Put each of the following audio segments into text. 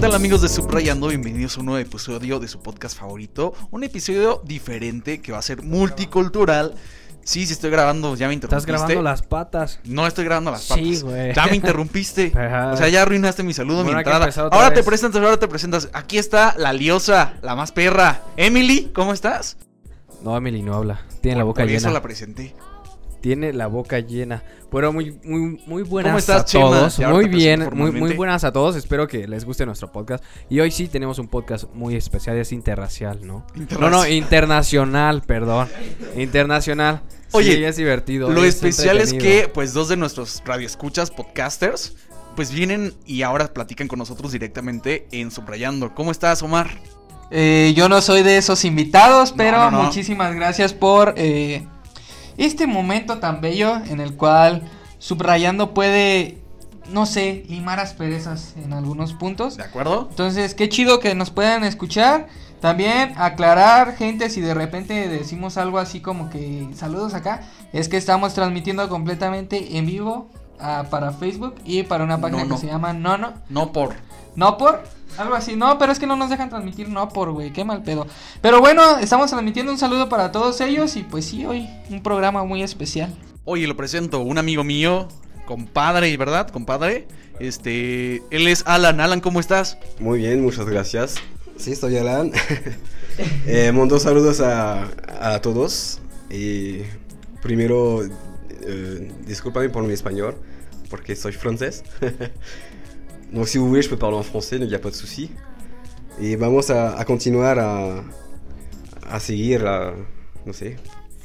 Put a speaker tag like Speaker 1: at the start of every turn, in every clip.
Speaker 1: tal amigos de Subrayando? Bienvenidos a un nuevo episodio de su podcast favorito. Un episodio diferente que va a ser multicultural. Sí, sí estoy grabando, ya me
Speaker 2: Estás
Speaker 1: interrumpiste.
Speaker 2: grabando las patas.
Speaker 1: No estoy grabando las patas.
Speaker 2: Sí, güey.
Speaker 1: Ya me interrumpiste.
Speaker 2: Ajá.
Speaker 1: o sea, ya arruinaste mi saludo, mi
Speaker 2: Bueno, hay que
Speaker 1: entrada.
Speaker 2: empezar otra
Speaker 1: Ahora te
Speaker 2: vez.
Speaker 1: presentas, ahora te presentas. Aquí está la liosa, la más perra. Emily, ¿cómo estás?
Speaker 2: No, Emily no habla. Tiene la boca
Speaker 1: Por
Speaker 2: llena.
Speaker 1: eso la presenté.
Speaker 2: Tiene la boca llena. Bueno, muy, muy, muy buenas
Speaker 1: ¿Cómo estás,
Speaker 2: a
Speaker 1: Chema?
Speaker 2: todos.
Speaker 1: Ya
Speaker 2: Muy
Speaker 1: ahorita te
Speaker 2: bien,
Speaker 1: presento
Speaker 2: muy, muy
Speaker 1: formalmente.
Speaker 2: buenas a todos. Espero que les guste nuestro podcast. Y hoy sí tenemos un podcast muy especial, es interracial, ¿no? No, no, internacional, perdón. Internacional.
Speaker 1: Oye,
Speaker 2: Sí, es divertido.
Speaker 1: Lo especial es que, pues, dos de nuestros radioescuchas, podcasters, pues vienen y ahora platican con nosotros directamente en Subrayando. ¿Cómo estás, Omar?
Speaker 3: Eh, yo no soy de esos invitados,
Speaker 1: No,
Speaker 3: pero
Speaker 1: no, no.
Speaker 3: muchísimas gracias por eh, este momento tan bello en el cual subrayando puede, no sé, limar asperezas en algunos puntos.
Speaker 1: ¿De acuerdo?
Speaker 3: Entonces, qué chido que nos puedan escuchar. También aclarar, gente, si de repente decimos algo así como que saludos acá, es que estamos transmitiendo completamente en vivo ah, para Facebook y para una página
Speaker 1: Nono.
Speaker 3: que se llama Nono.
Speaker 1: No por.
Speaker 3: ¿No por? Algo así. No, pero es que no nos dejan transmitir no por, güey. Qué mal pedo. Pero bueno, estamos transmitiendo un saludo para todos ellos y pues sí, hoy un programa muy especial.
Speaker 1: Oye, lo presento, un amigo mío, compadre, ¿verdad? Compadre. Este, él es Alan. Alan, ¿cómo estás?
Speaker 4: Muy bien, muchas gracias. Sí, soy Alan. eh, mando saludos a, a todos. Y primero, eh, discúlpame por mi espagnol, porque soy francés. Donc, si vous voulez, je peux parler en français, il n'y a pas de souci. Y vamos a, a continuar a, a seguir, a- no sé,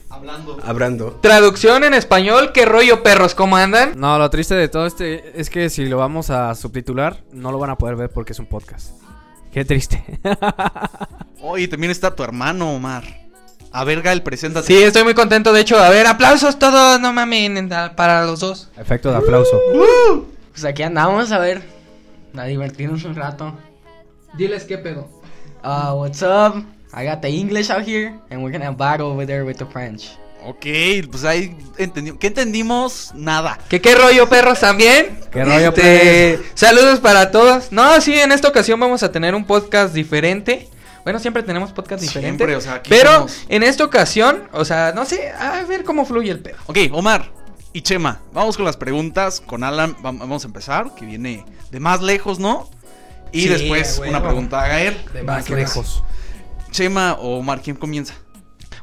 Speaker 1: Hablando.
Speaker 4: hablando.
Speaker 3: Traducción en español, qué rollo perros, ¿cómo andan?
Speaker 2: No, lo triste de todo este es que si lo vamos a subtitular, no lo van a poder ver porque es un podcast. Qué triste.
Speaker 1: Oye, también está tu hermano, Omar. A ver, Gael, preséntate.
Speaker 3: Sí, estoy muy contento, de hecho, a ver, aplausos todos, no mamen, para los dos.
Speaker 2: Efecto de aplauso.
Speaker 5: Pues aquí andamos a ver, a divertirnos un rato.
Speaker 3: Diles qué pedo.
Speaker 5: Uh, what's up? I got the English out here, and we're gonna battle over there with the French.
Speaker 1: Ok, pues ahí entendió. ¿Qué entendimos? Nada.
Speaker 3: ¿Qué, qué rollo perros también?
Speaker 2: ¿Qué rollo,
Speaker 3: Este, Saludos para todos. No, sí, en esta ocasión vamos a tener un podcast diferente. Bueno, siempre tenemos podcast diferente.
Speaker 1: Siempre, o sea, aquí
Speaker 3: pero
Speaker 1: somos-
Speaker 3: en esta ocasión, o sea, no sé, a ver cómo fluye el pedo.
Speaker 1: Ok, Omar y Chema, vamos con las preguntas. Con Alan vam- vamos a empezar, que viene de más lejos, ¿no? Y
Speaker 5: Sí,
Speaker 1: después
Speaker 5: güey.
Speaker 1: una pregunta a Gael.
Speaker 5: De
Speaker 2: Más lejos.
Speaker 1: Chema o Omar, ¿quién comienza?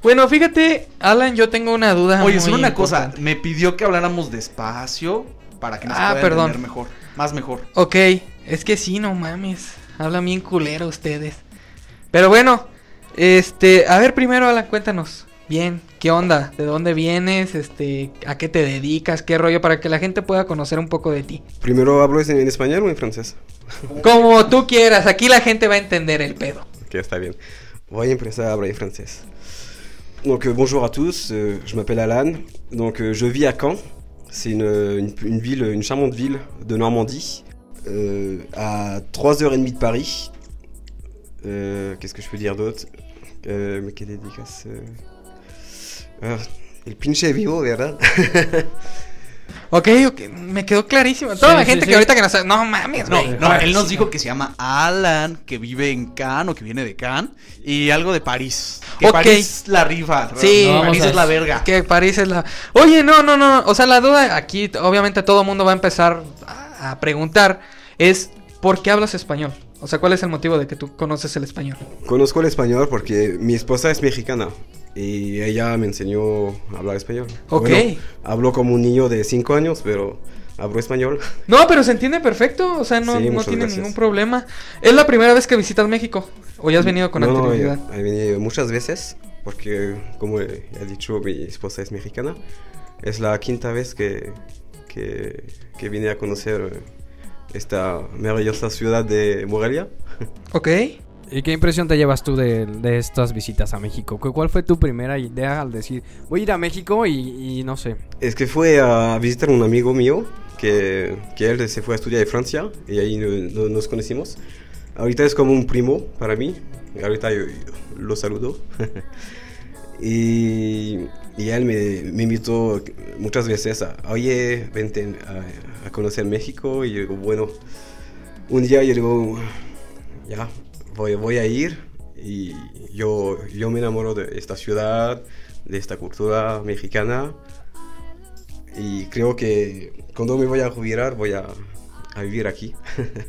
Speaker 3: Bueno, fíjate, Alan, yo tengo una duda.
Speaker 1: Oye,
Speaker 3: muy
Speaker 1: solo una cosa.
Speaker 3: importante.
Speaker 1: Me pidió que habláramos despacio para que nos
Speaker 3: Ah,
Speaker 1: pueda
Speaker 3: perdón.
Speaker 1: entender mejor. Más mejor.
Speaker 3: Ok, es que sí, no mames. Hablan bien culero ustedes. Pero bueno, este, a ver primero, Alan, cuéntanos. Bien, ¿qué onda? ¿De dónde vienes? Este, ¿a qué te dedicas? ¿Qué rollo? Para que la gente pueda conocer un poco de ti.
Speaker 4: Primero hablo en, en español o en francés.
Speaker 3: Como tú quieras, aquí la gente va a entender el pedo.
Speaker 4: Ok, está bien. Voy a empezar a hablar en français. Donc euh, bonjour à tous, euh, je m'appelle Alan, donc euh, je vis à Caen, c'est une, une- une ville, une charmante ville de Normandie, euh, à 3h30 de Paris. Euh, Qu'est-ce que je peux dire d'autre euh, Mais quelle dédicace euh, euh, El pinche vivo, ¿verdad?
Speaker 3: Ok, ok, me quedó clarísimo. Toda
Speaker 2: Sí,
Speaker 3: la
Speaker 2: sí,
Speaker 3: gente
Speaker 2: sí.
Speaker 3: que ahorita que nos... No mames,
Speaker 1: No,
Speaker 3: güey.
Speaker 1: no, él nos dijo que se llama Alan, que vive en Cannes o que viene de Cannes y algo de París. Que
Speaker 3: Ok.
Speaker 1: París la rifa.
Speaker 3: Sí.
Speaker 1: ¿verdad?
Speaker 3: No,
Speaker 1: París
Speaker 2: vamos a-
Speaker 1: es la verga.
Speaker 3: Que París es la... Oye, no, no, no. O sea, la duda aquí, t- obviamente todo el mundo va a empezar a a preguntar, es ¿por qué hablas español? O sea, ¿cuál es el motivo de que tú conoces el español?
Speaker 4: Conozco el español porque mi esposa es mexicana y ella me enseñó a hablar español.
Speaker 3: Ok.
Speaker 4: Bueno, hablo como un niño de 5 años, pero hablo español.
Speaker 3: No, pero se entiende perfecto. O sea, no,
Speaker 4: Sí,
Speaker 3: no
Speaker 4: muchas
Speaker 3: tiene
Speaker 4: gracias.
Speaker 3: ningún problema. ¿Es la primera vez que visitas México? ¿O ya has venido con
Speaker 4: Mm, no, no,
Speaker 3: anterioridad?
Speaker 4: he- he venido muchas veces porque, como he he dicho, mi esposa es mexicana. Es la quinta vez que, que, que vine a conocer eh, esta maravillosa ciudad de Morelia.
Speaker 3: Ok.
Speaker 2: ¿Y qué impresión te llevas tú de, de estas visitas a México? ¿Cu- ¿Cuál fue tu primera idea al decir, voy a ir a México y, y no sé?
Speaker 4: Es que fue a visitar un amigo mío que, que él se fue a estudiar de Francia y ahí no- no- nos conocimos. Ahorita es como un primo para mí. Ahorita yo, yo lo saludo. y, y él me, me invitó muchas veces a, oye, vente a, a conocer México. Y yo digo, bueno, un día yo digo, ya, voy, voy a ir y yo, yo me enamoro de esta ciudad, de esta cultura mexicana. Y creo que cuando me voy a jubilar voy a, a vivir aquí.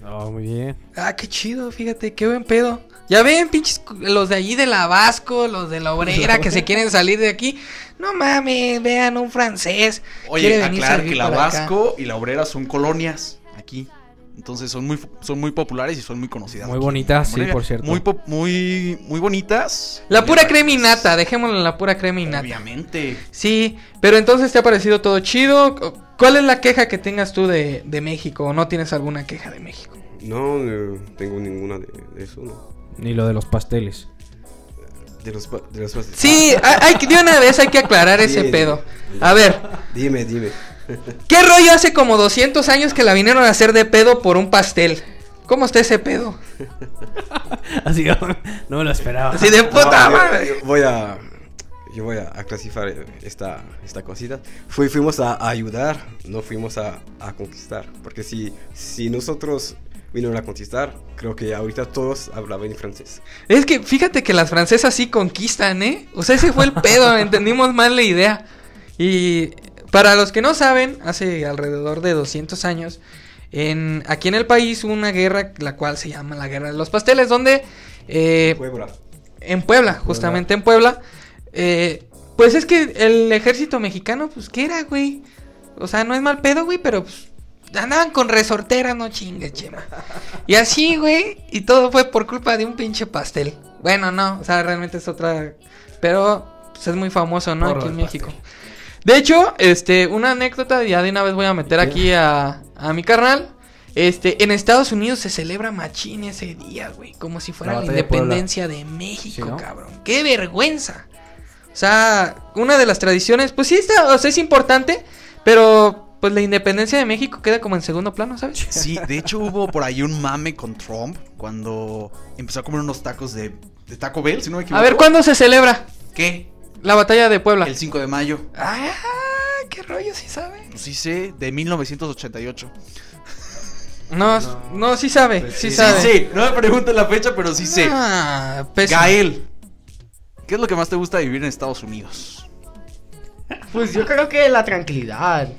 Speaker 2: Oh, muy bien.
Speaker 3: Ah, qué chido, fíjate, qué buen pedo. Ya ven, pinches, cu- los de allí de la Vasco, los de la obrera que se quieren salir de aquí. No mames, vean un francés.
Speaker 1: Oye,
Speaker 3: venirse a
Speaker 1: aclarar que
Speaker 3: vivir
Speaker 1: la
Speaker 3: para acá.
Speaker 1: Vasco y la Obrera son colonias aquí. Entonces son muy, son muy populares y son muy conocidas.
Speaker 2: Muy
Speaker 1: aquí en
Speaker 2: bonitas, sí,
Speaker 1: Morelia.
Speaker 2: por cierto.
Speaker 1: Muy, pop- muy, muy bonitas.
Speaker 3: La
Speaker 1: Y
Speaker 3: pura
Speaker 1: atractivas.
Speaker 3: crema y nata, dejémoslo en la pura crema y nata.
Speaker 1: Obviamente.
Speaker 3: Sí, pero entonces te ha parecido todo chido. Cu- ¿Cuál es la queja que tengas tú de, de México? ¿O no tienes alguna queja de México?
Speaker 4: No, no tengo ninguna de, de eso, ¿no?
Speaker 2: Ni lo de los pasteles.
Speaker 4: De los, pa- de los pasteles.
Speaker 3: Sí, hay, hay que- de una vez hay que aclarar ese
Speaker 4: Sí,
Speaker 3: pedo.
Speaker 4: sí.
Speaker 3: A ver,
Speaker 4: Ah, Dime, dime.
Speaker 3: ¿qué rollo hace como 200 años que la vinieron a hacer de pedo por un pastel? ¿Cómo está ese pedo?
Speaker 2: Así no me lo esperaba.
Speaker 3: Así de puta
Speaker 4: No, yo-
Speaker 3: madre.
Speaker 4: yo voy a. Yo voy a, a clasificar esta, esta cosita. Fui- fuimos a, a ayudar, no fuimos a, a conquistar. Porque si, si nosotros vinieron a conquistar, creo que ahorita todos hablaban en francés.
Speaker 3: Es que fíjate que las francesas sí conquistan, ¿eh? O sea, ese fue el pedo, entendimos mal la idea. Y para los que no saben, hace alrededor de 200 años, en, aquí en el país hubo una guerra, la cual se llama la Guerra de los Pasteles, donde eh,
Speaker 4: Puebla.
Speaker 3: en Puebla, justamente en Puebla, eh, pues es que el ejército mexicano, pues, ¿qué era, güey? O sea, no es mal pedo, güey, pero pues, andaban con resorteras, no chingue, chema. Y así, güey, y todo fue por culpa de un pinche pastel. Bueno, no, o sea, realmente es otra. Pero pues, es muy famoso, ¿no?
Speaker 2: Por
Speaker 3: Aquí
Speaker 2: el
Speaker 3: en México. De hecho, este, una anécdota, ya de una vez voy a meter aquí a, a mi carnal. Este, en Estados Unidos se celebra machín ese día, güey. Como si fuera
Speaker 2: La
Speaker 3: la,
Speaker 2: batalla de Puebla.
Speaker 3: independencia de México,
Speaker 2: Sí, ¿no?
Speaker 3: cabrón. ¡Qué vergüenza! O sea, una de las tradiciones, pues sí está, o sea, es importante, pero pues la independencia de México queda como en segundo plano, ¿sabes?
Speaker 1: Sí, de hecho hubo por ahí un mame con Trump cuando empezó a comer unos tacos de, de Taco Bell, si no me
Speaker 3: A
Speaker 1: equivoco.
Speaker 3: ver, ¿cuándo se celebra
Speaker 1: ¿Qué?
Speaker 3: la batalla de Puebla?
Speaker 1: El 5 de mayo.
Speaker 3: Ah, qué rollo, sí sabe.
Speaker 1: Pues sí sé, de 1988.
Speaker 3: No, s- no, sí sabe, sí,
Speaker 1: pues Sí,
Speaker 3: sabe.
Speaker 1: sí, no me pregunten la fecha, pero sí sé.
Speaker 3: Ah, pésimo.
Speaker 1: Gael, ¿qué es lo que más te gusta de vivir en Estados Unidos?
Speaker 5: Pues yo creo que la tranquilidad.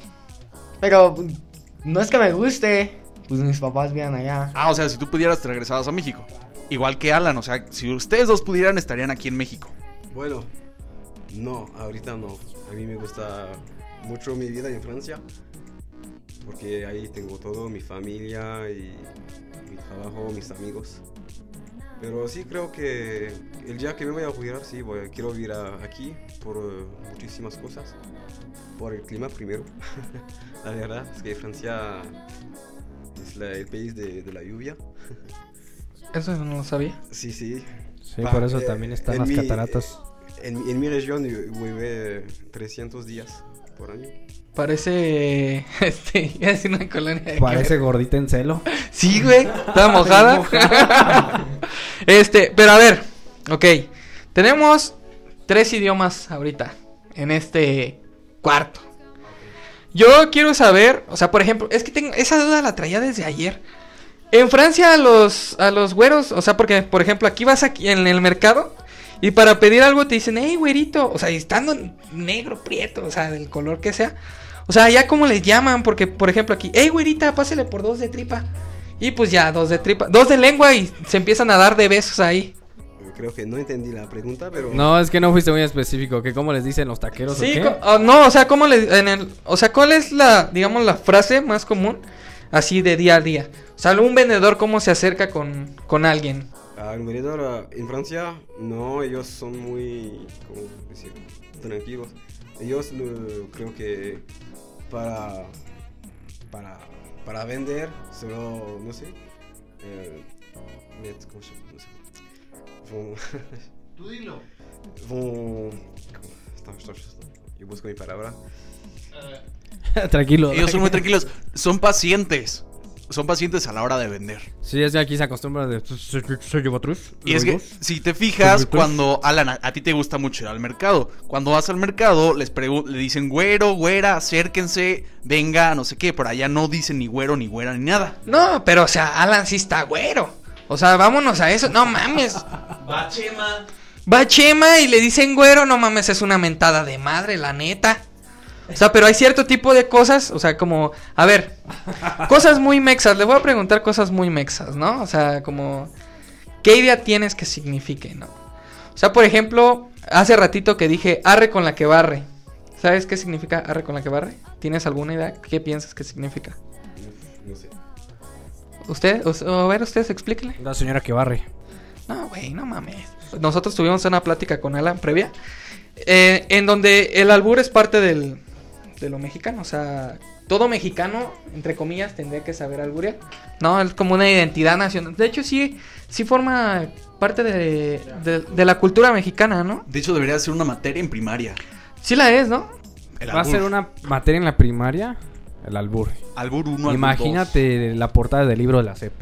Speaker 5: Pero no es que me guste. Pues mis papás viven allá.
Speaker 1: Ah, o sea, si tú pudieras te regresabas a México. Igual que Alan, o sea, si ustedes dos pudieran estarían aquí en México.
Speaker 4: Bueno, no, ahorita no. A mí me gusta mucho mi vida en Francia. Porque ahí tengo todo, mi familia y mi trabajo, mis amigos. Pero sí creo que el día que me voy a jubilar, sí, voy- quiero vivir a- aquí por eh, muchísimas cosas. Por el clima primero. la verdad es que Francia es la- el país de, de la lluvia.
Speaker 3: Eso no lo sabía.
Speaker 4: Sí, sí.
Speaker 2: Sí,
Speaker 4: Pa-
Speaker 2: por eso
Speaker 4: eh,
Speaker 2: también
Speaker 4: en
Speaker 2: están las
Speaker 4: mi-
Speaker 2: cataratas.
Speaker 4: En, mi- en mi región yo- yo vive 300 días por año.
Speaker 3: Parece, este, iba a decir una colonia de
Speaker 2: Parece gordita en celo.
Speaker 3: Sí, güey. Estaba mojada. este, pero a ver, ok. Tenemos tres idiomas ahorita en este cuarto. Yo quiero saber, o sea, por ejemplo, es que tengo, esa duda la traía desde ayer. En Francia a los, a los güeros, o sea, porque, por ejemplo, aquí vas aquí en el mercado y para pedir algo te dicen, hey, güerito, o sea, y estando negro, prieto, o sea, del color que sea. O sea, ya como les llaman, porque, por ejemplo, aquí, hey, güerita, pásele por dos de tripa. Y pues ya, dos de tripa, dos de lengua y se empiezan a dar de besos ahí.
Speaker 4: Creo que no entendí la pregunta, pero...
Speaker 2: No, es que no fuiste muy específico. ¿Que ¿Cómo les dicen los taqueros o
Speaker 3: Sí,
Speaker 2: qué?
Speaker 3: co- ah, no, o sea, ¿cómo les, en el, o sea, ¿cuál es la, digamos, la frase más común así de día a día? O sea, un vendedor cómo se acerca con, con alguien.
Speaker 4: Ah, en verdad, ah, en Francia, no, ellos son muy, ¿cómo decir? Tranquilos. Ellos no, creo que para, para, para vender, solo, no sé, eh, met- ¿cómo se llama? No sé. Vão-
Speaker 6: Tú dilo.
Speaker 4: vão- está- está- está- Yo busco mi palabra.
Speaker 2: Tranquilo.
Speaker 1: Ellos son muy tranquilos, son pacientes. Son pacientes a la hora de vender.
Speaker 2: Sí, es que aquí se acostumbra de... Soy yo, Batrus.
Speaker 1: Y es que
Speaker 2: Luego.
Speaker 1: si te fijas,
Speaker 2: Los Beatles.
Speaker 1: cuando Alan, a, a ti te gusta mucho ir al mercado. Cuando vas al mercado, les pregu- le dicen güero, güera, acérquense, venga, no sé qué. Por allá no dicen ni güero, ni güera, ni nada.
Speaker 3: No, pero o sea, Alan sí está güero. O sea, vámonos a eso. No mames. Va Chema y le dicen güero, no mames, es una mentada de madre, la neta. O sea, pero hay cierto tipo de cosas, o sea, como, a ver, cosas muy mexas, le voy a preguntar cosas muy mexas, ¿no? O sea, como, ¿qué idea tienes que signifique, no? O sea, por ejemplo, hace ratito que dije, arre con la que barre. ¿Sabes qué significa arre con la que barre? ¿Tienes alguna idea? ¿Qué piensas que significa?
Speaker 4: No sé.
Speaker 3: ¿Usted? o- a ver, ustedes explíquenle.
Speaker 2: La señora que barre.
Speaker 3: No, güey, no mames. Nosotros tuvimos una plática con Alan previa, eh, en donde el albur es parte del, de lo mexicano. O sea, todo mexicano, entre comillas, tendría que saber alburear. No, es como una identidad nacional. De hecho, sí, sí forma parte de, de- de la cultura mexicana, ¿no?
Speaker 1: De hecho, debería ser una materia en primaria.
Speaker 3: Sí la es, ¿no?
Speaker 1: El
Speaker 2: Va a
Speaker 1: albur.
Speaker 2: ser una materia en la primaria. El albur.
Speaker 1: Albur uno, albur dos.
Speaker 2: Imagínate la portada del libro de la CEP.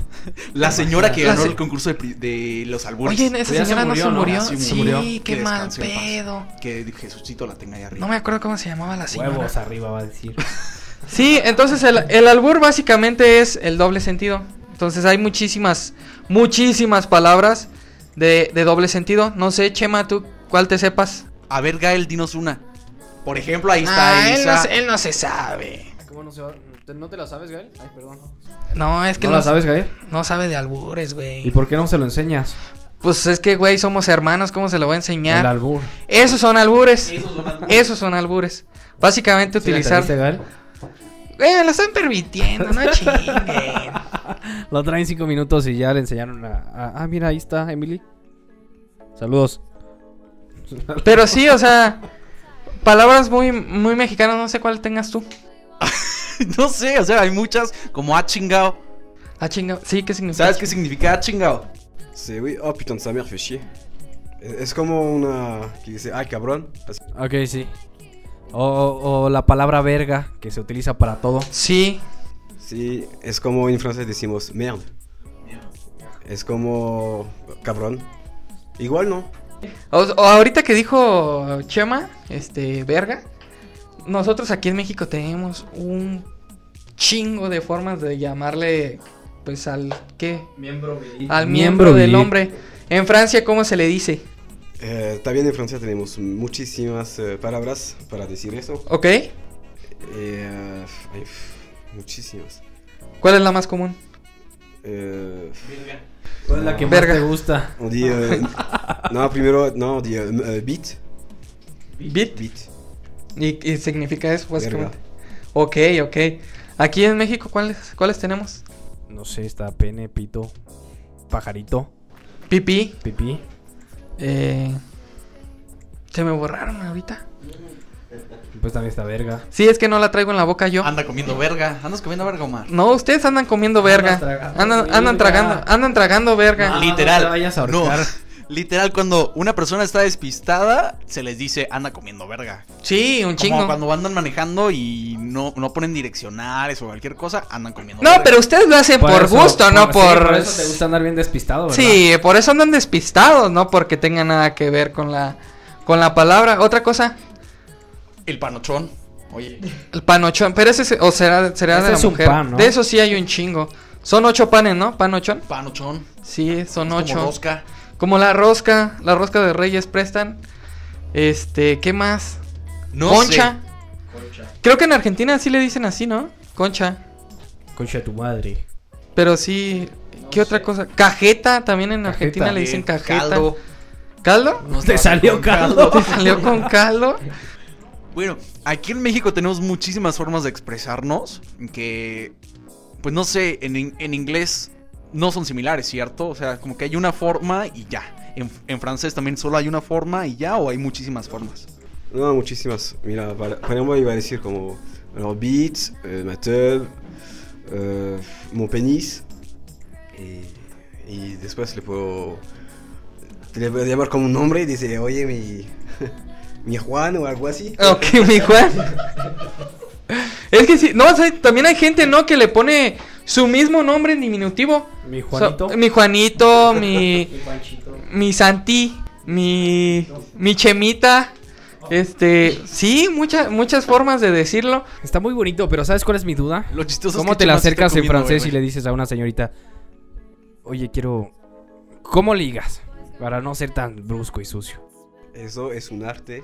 Speaker 1: La señora que
Speaker 3: La
Speaker 1: ganó
Speaker 3: se-
Speaker 1: el concurso de, pri- de los albures.
Speaker 3: Oye, esa
Speaker 2: Ya se
Speaker 3: señora
Speaker 2: murió,
Speaker 3: no se
Speaker 2: ¿no?
Speaker 3: murió.
Speaker 2: Ah, sí,
Speaker 3: Sí,
Speaker 2: murió.
Speaker 1: Que
Speaker 3: qué mal
Speaker 1: descanse en paz.
Speaker 3: pedo.
Speaker 1: Que Jesucito la tenga ahí arriba.
Speaker 3: No me acuerdo cómo se llamaba la señora.
Speaker 2: Huevos arriba va a decir.
Speaker 3: Sí, entonces el, el albur básicamente es el doble sentido. Entonces hay muchísimas, muchísimas palabras de, de doble sentido. No sé, Chema, tú, ¿cuál te sepas?
Speaker 1: A ver, Gael, dinos una. Por ejemplo, ahí está
Speaker 3: Ah, él no,
Speaker 1: Isa.
Speaker 3: se- él no se sabe.
Speaker 2: ¿Cómo no se va? ¿No te la sabes, Gael? Ay, perdón.
Speaker 3: No, es que
Speaker 2: ¿No
Speaker 3: no,
Speaker 2: la sabes, Gael?
Speaker 3: no sabe de albures,
Speaker 2: ¿Y
Speaker 3: güey.
Speaker 2: por qué no se lo enseñas?
Speaker 3: Pues es que, güey, somos hermanos, ¿cómo se lo voy a
Speaker 2: El
Speaker 3: enseñar?
Speaker 2: albur.
Speaker 3: Esos son albures. Esos son albures. Básicamente
Speaker 2: ¿Sí la
Speaker 3: utilizar...
Speaker 2: entendiste, Gael?
Speaker 3: Güey, me lo están permitiendo, no chinguen.
Speaker 2: Lo traen cinco minutos y ya le enseñaron a... a- ah, mira, ahí está Emily. Saludos.
Speaker 3: Pero sí, o sea, palabras muy, muy mexicanas, no sé cuál tengas tú.
Speaker 1: No sé, o sea, hay muchas como ah chingao.
Speaker 3: Ah, chinga. Sí, ¿qué significa?
Speaker 1: ¿Sabes qué significa ah chingao?
Speaker 4: C'est oui, oh putain de sa mère, fait chier. Es como una que dice, ay cabrón. Así.
Speaker 2: Ok, sí. O, o- o la palabra verga, que se utiliza para todo.
Speaker 3: Sí.
Speaker 4: Sí, es como en francés decimos merde. Es como cabrón. Igual no.
Speaker 3: O, o ahorita que dijo Chema, este, verga, nosotros aquí en México tenemos un chingo de formas de llamarle, pues, al, ¿qué? Al miembro,
Speaker 2: Miembro
Speaker 3: del
Speaker 2: viril.
Speaker 3: hombre. En Francia, ¿cómo se le dice?
Speaker 4: Eh, también en Francia tenemos muchísimas eh, palabras para decir eso.
Speaker 3: ¿Ok?
Speaker 4: Eh, ay, pf, muchísimas.
Speaker 3: ¿Cuál es la más común?
Speaker 4: Eh,
Speaker 2: ¿Cuál es la que
Speaker 3: Verga.
Speaker 2: más te gusta?
Speaker 4: on dit. euh, non, primero, non, on dit euh, euh, beat.
Speaker 3: Bit.
Speaker 4: Beat.
Speaker 3: ¿Y, y significa eso,
Speaker 4: Verga.
Speaker 3: básicamente? Ok, ok. Aquí en México, ¿cuáles, ¿cuáles tenemos?
Speaker 2: No sé, está pene, pito, pajarito,
Speaker 3: Pipí.
Speaker 2: pipí.
Speaker 3: Eh, se me borraron ahorita.
Speaker 2: Pues también está verga.
Speaker 3: Sí, es que no la traigo en la boca yo.
Speaker 1: Anda comiendo verga. Andas comiendo verga, Omar.
Speaker 3: No, ustedes andan comiendo verga.
Speaker 2: tragando
Speaker 3: Andan,
Speaker 2: verga.
Speaker 3: andan tragando, andan tragando verga.
Speaker 2: Ah,
Speaker 1: literal.
Speaker 2: no te vayas a ahorcar.
Speaker 1: Literal, cuando una persona está despistada, se les dice anda comiendo verga.
Speaker 3: Sí,
Speaker 1: Como
Speaker 3: un chingo.
Speaker 1: cuando andan manejando y no, no ponen direccionales o cualquier cosa, andan comiendo
Speaker 3: No,
Speaker 1: verga.
Speaker 3: pero ustedes lo hacen por,
Speaker 2: eso-
Speaker 3: gusto, no
Speaker 2: sí,
Speaker 3: por.
Speaker 2: por eso te gusta andar bien despistado, ¿verdad?
Speaker 3: Sí, por eso andan despistados, no porque tenga nada que ver con la con la palabra. Otra cosa,
Speaker 1: El panochón. Oye.
Speaker 3: el panochón, pero ese se- o será será
Speaker 2: Ese
Speaker 3: de la
Speaker 2: es un
Speaker 3: mujer.
Speaker 2: pan, ¿no?
Speaker 3: De eso sí hay un chingo. Son ocho panes, ¿no? Panochón.
Speaker 1: Panochón.
Speaker 3: Sí, son
Speaker 1: Es
Speaker 3: ocho.
Speaker 1: Como rosca.
Speaker 3: Como la rosca, la rosca de Reyes prestan. Este, ¿qué más?
Speaker 1: No
Speaker 3: concha.
Speaker 1: sé.
Speaker 3: Creo que en Argentina sí le dicen así, ¿no? Concha.
Speaker 2: Concha de tu madre.
Speaker 3: Pero sí, ¿qué otra cosa? Cajeta, también en Argentina le dicen
Speaker 1: Bien,
Speaker 3: cajeta.
Speaker 1: caldo.
Speaker 3: ¿Caldo?
Speaker 1: No sé.
Speaker 2: Te salió caldo.
Speaker 3: ¿Te salió con caldo?
Speaker 1: Bueno, aquí en México tenemos muchísimas formas de expresarnos que, pues no sé, en, in- en inglés no son similares, ¿cierto? O sea, como que hay una forma y ya. En, en francés también solo hay una forma y ya, o hay muchísimas formas.
Speaker 4: Non, muchísimas. Mira, para, para moi, il va decir como. Alors, beat, euh, ma teub, euh, mon pénis. Y, y después le puedo. Le voy a llamar como un nombre y dice, oye, mi. mi Juan o algo así.
Speaker 3: Ah, Ok, mi Juan. Es que sí, no, o sea, también hay gente, ¿no? Que le pone su mismo nombre en diminutivo.
Speaker 2: Mi
Speaker 3: O sea,
Speaker 2: Juanito.
Speaker 3: mi Juanito, mi. mi Santi, mi. mi Chemita. Este, sí, muchas, muchas formas de decirlo.
Speaker 2: Está muy bonito, pero ¿sabes cuál es mi duda?
Speaker 1: Lo chistoso es
Speaker 2: ¿Cómo
Speaker 1: que
Speaker 2: te la
Speaker 1: Chema sí está
Speaker 2: acercas en
Speaker 1: comiendo
Speaker 2: francés y
Speaker 1: verga.
Speaker 2: le dices a una señorita oye, quiero... ¿Cómo ligas? Para no ser tan brusco y sucio.
Speaker 4: Eso es un arte.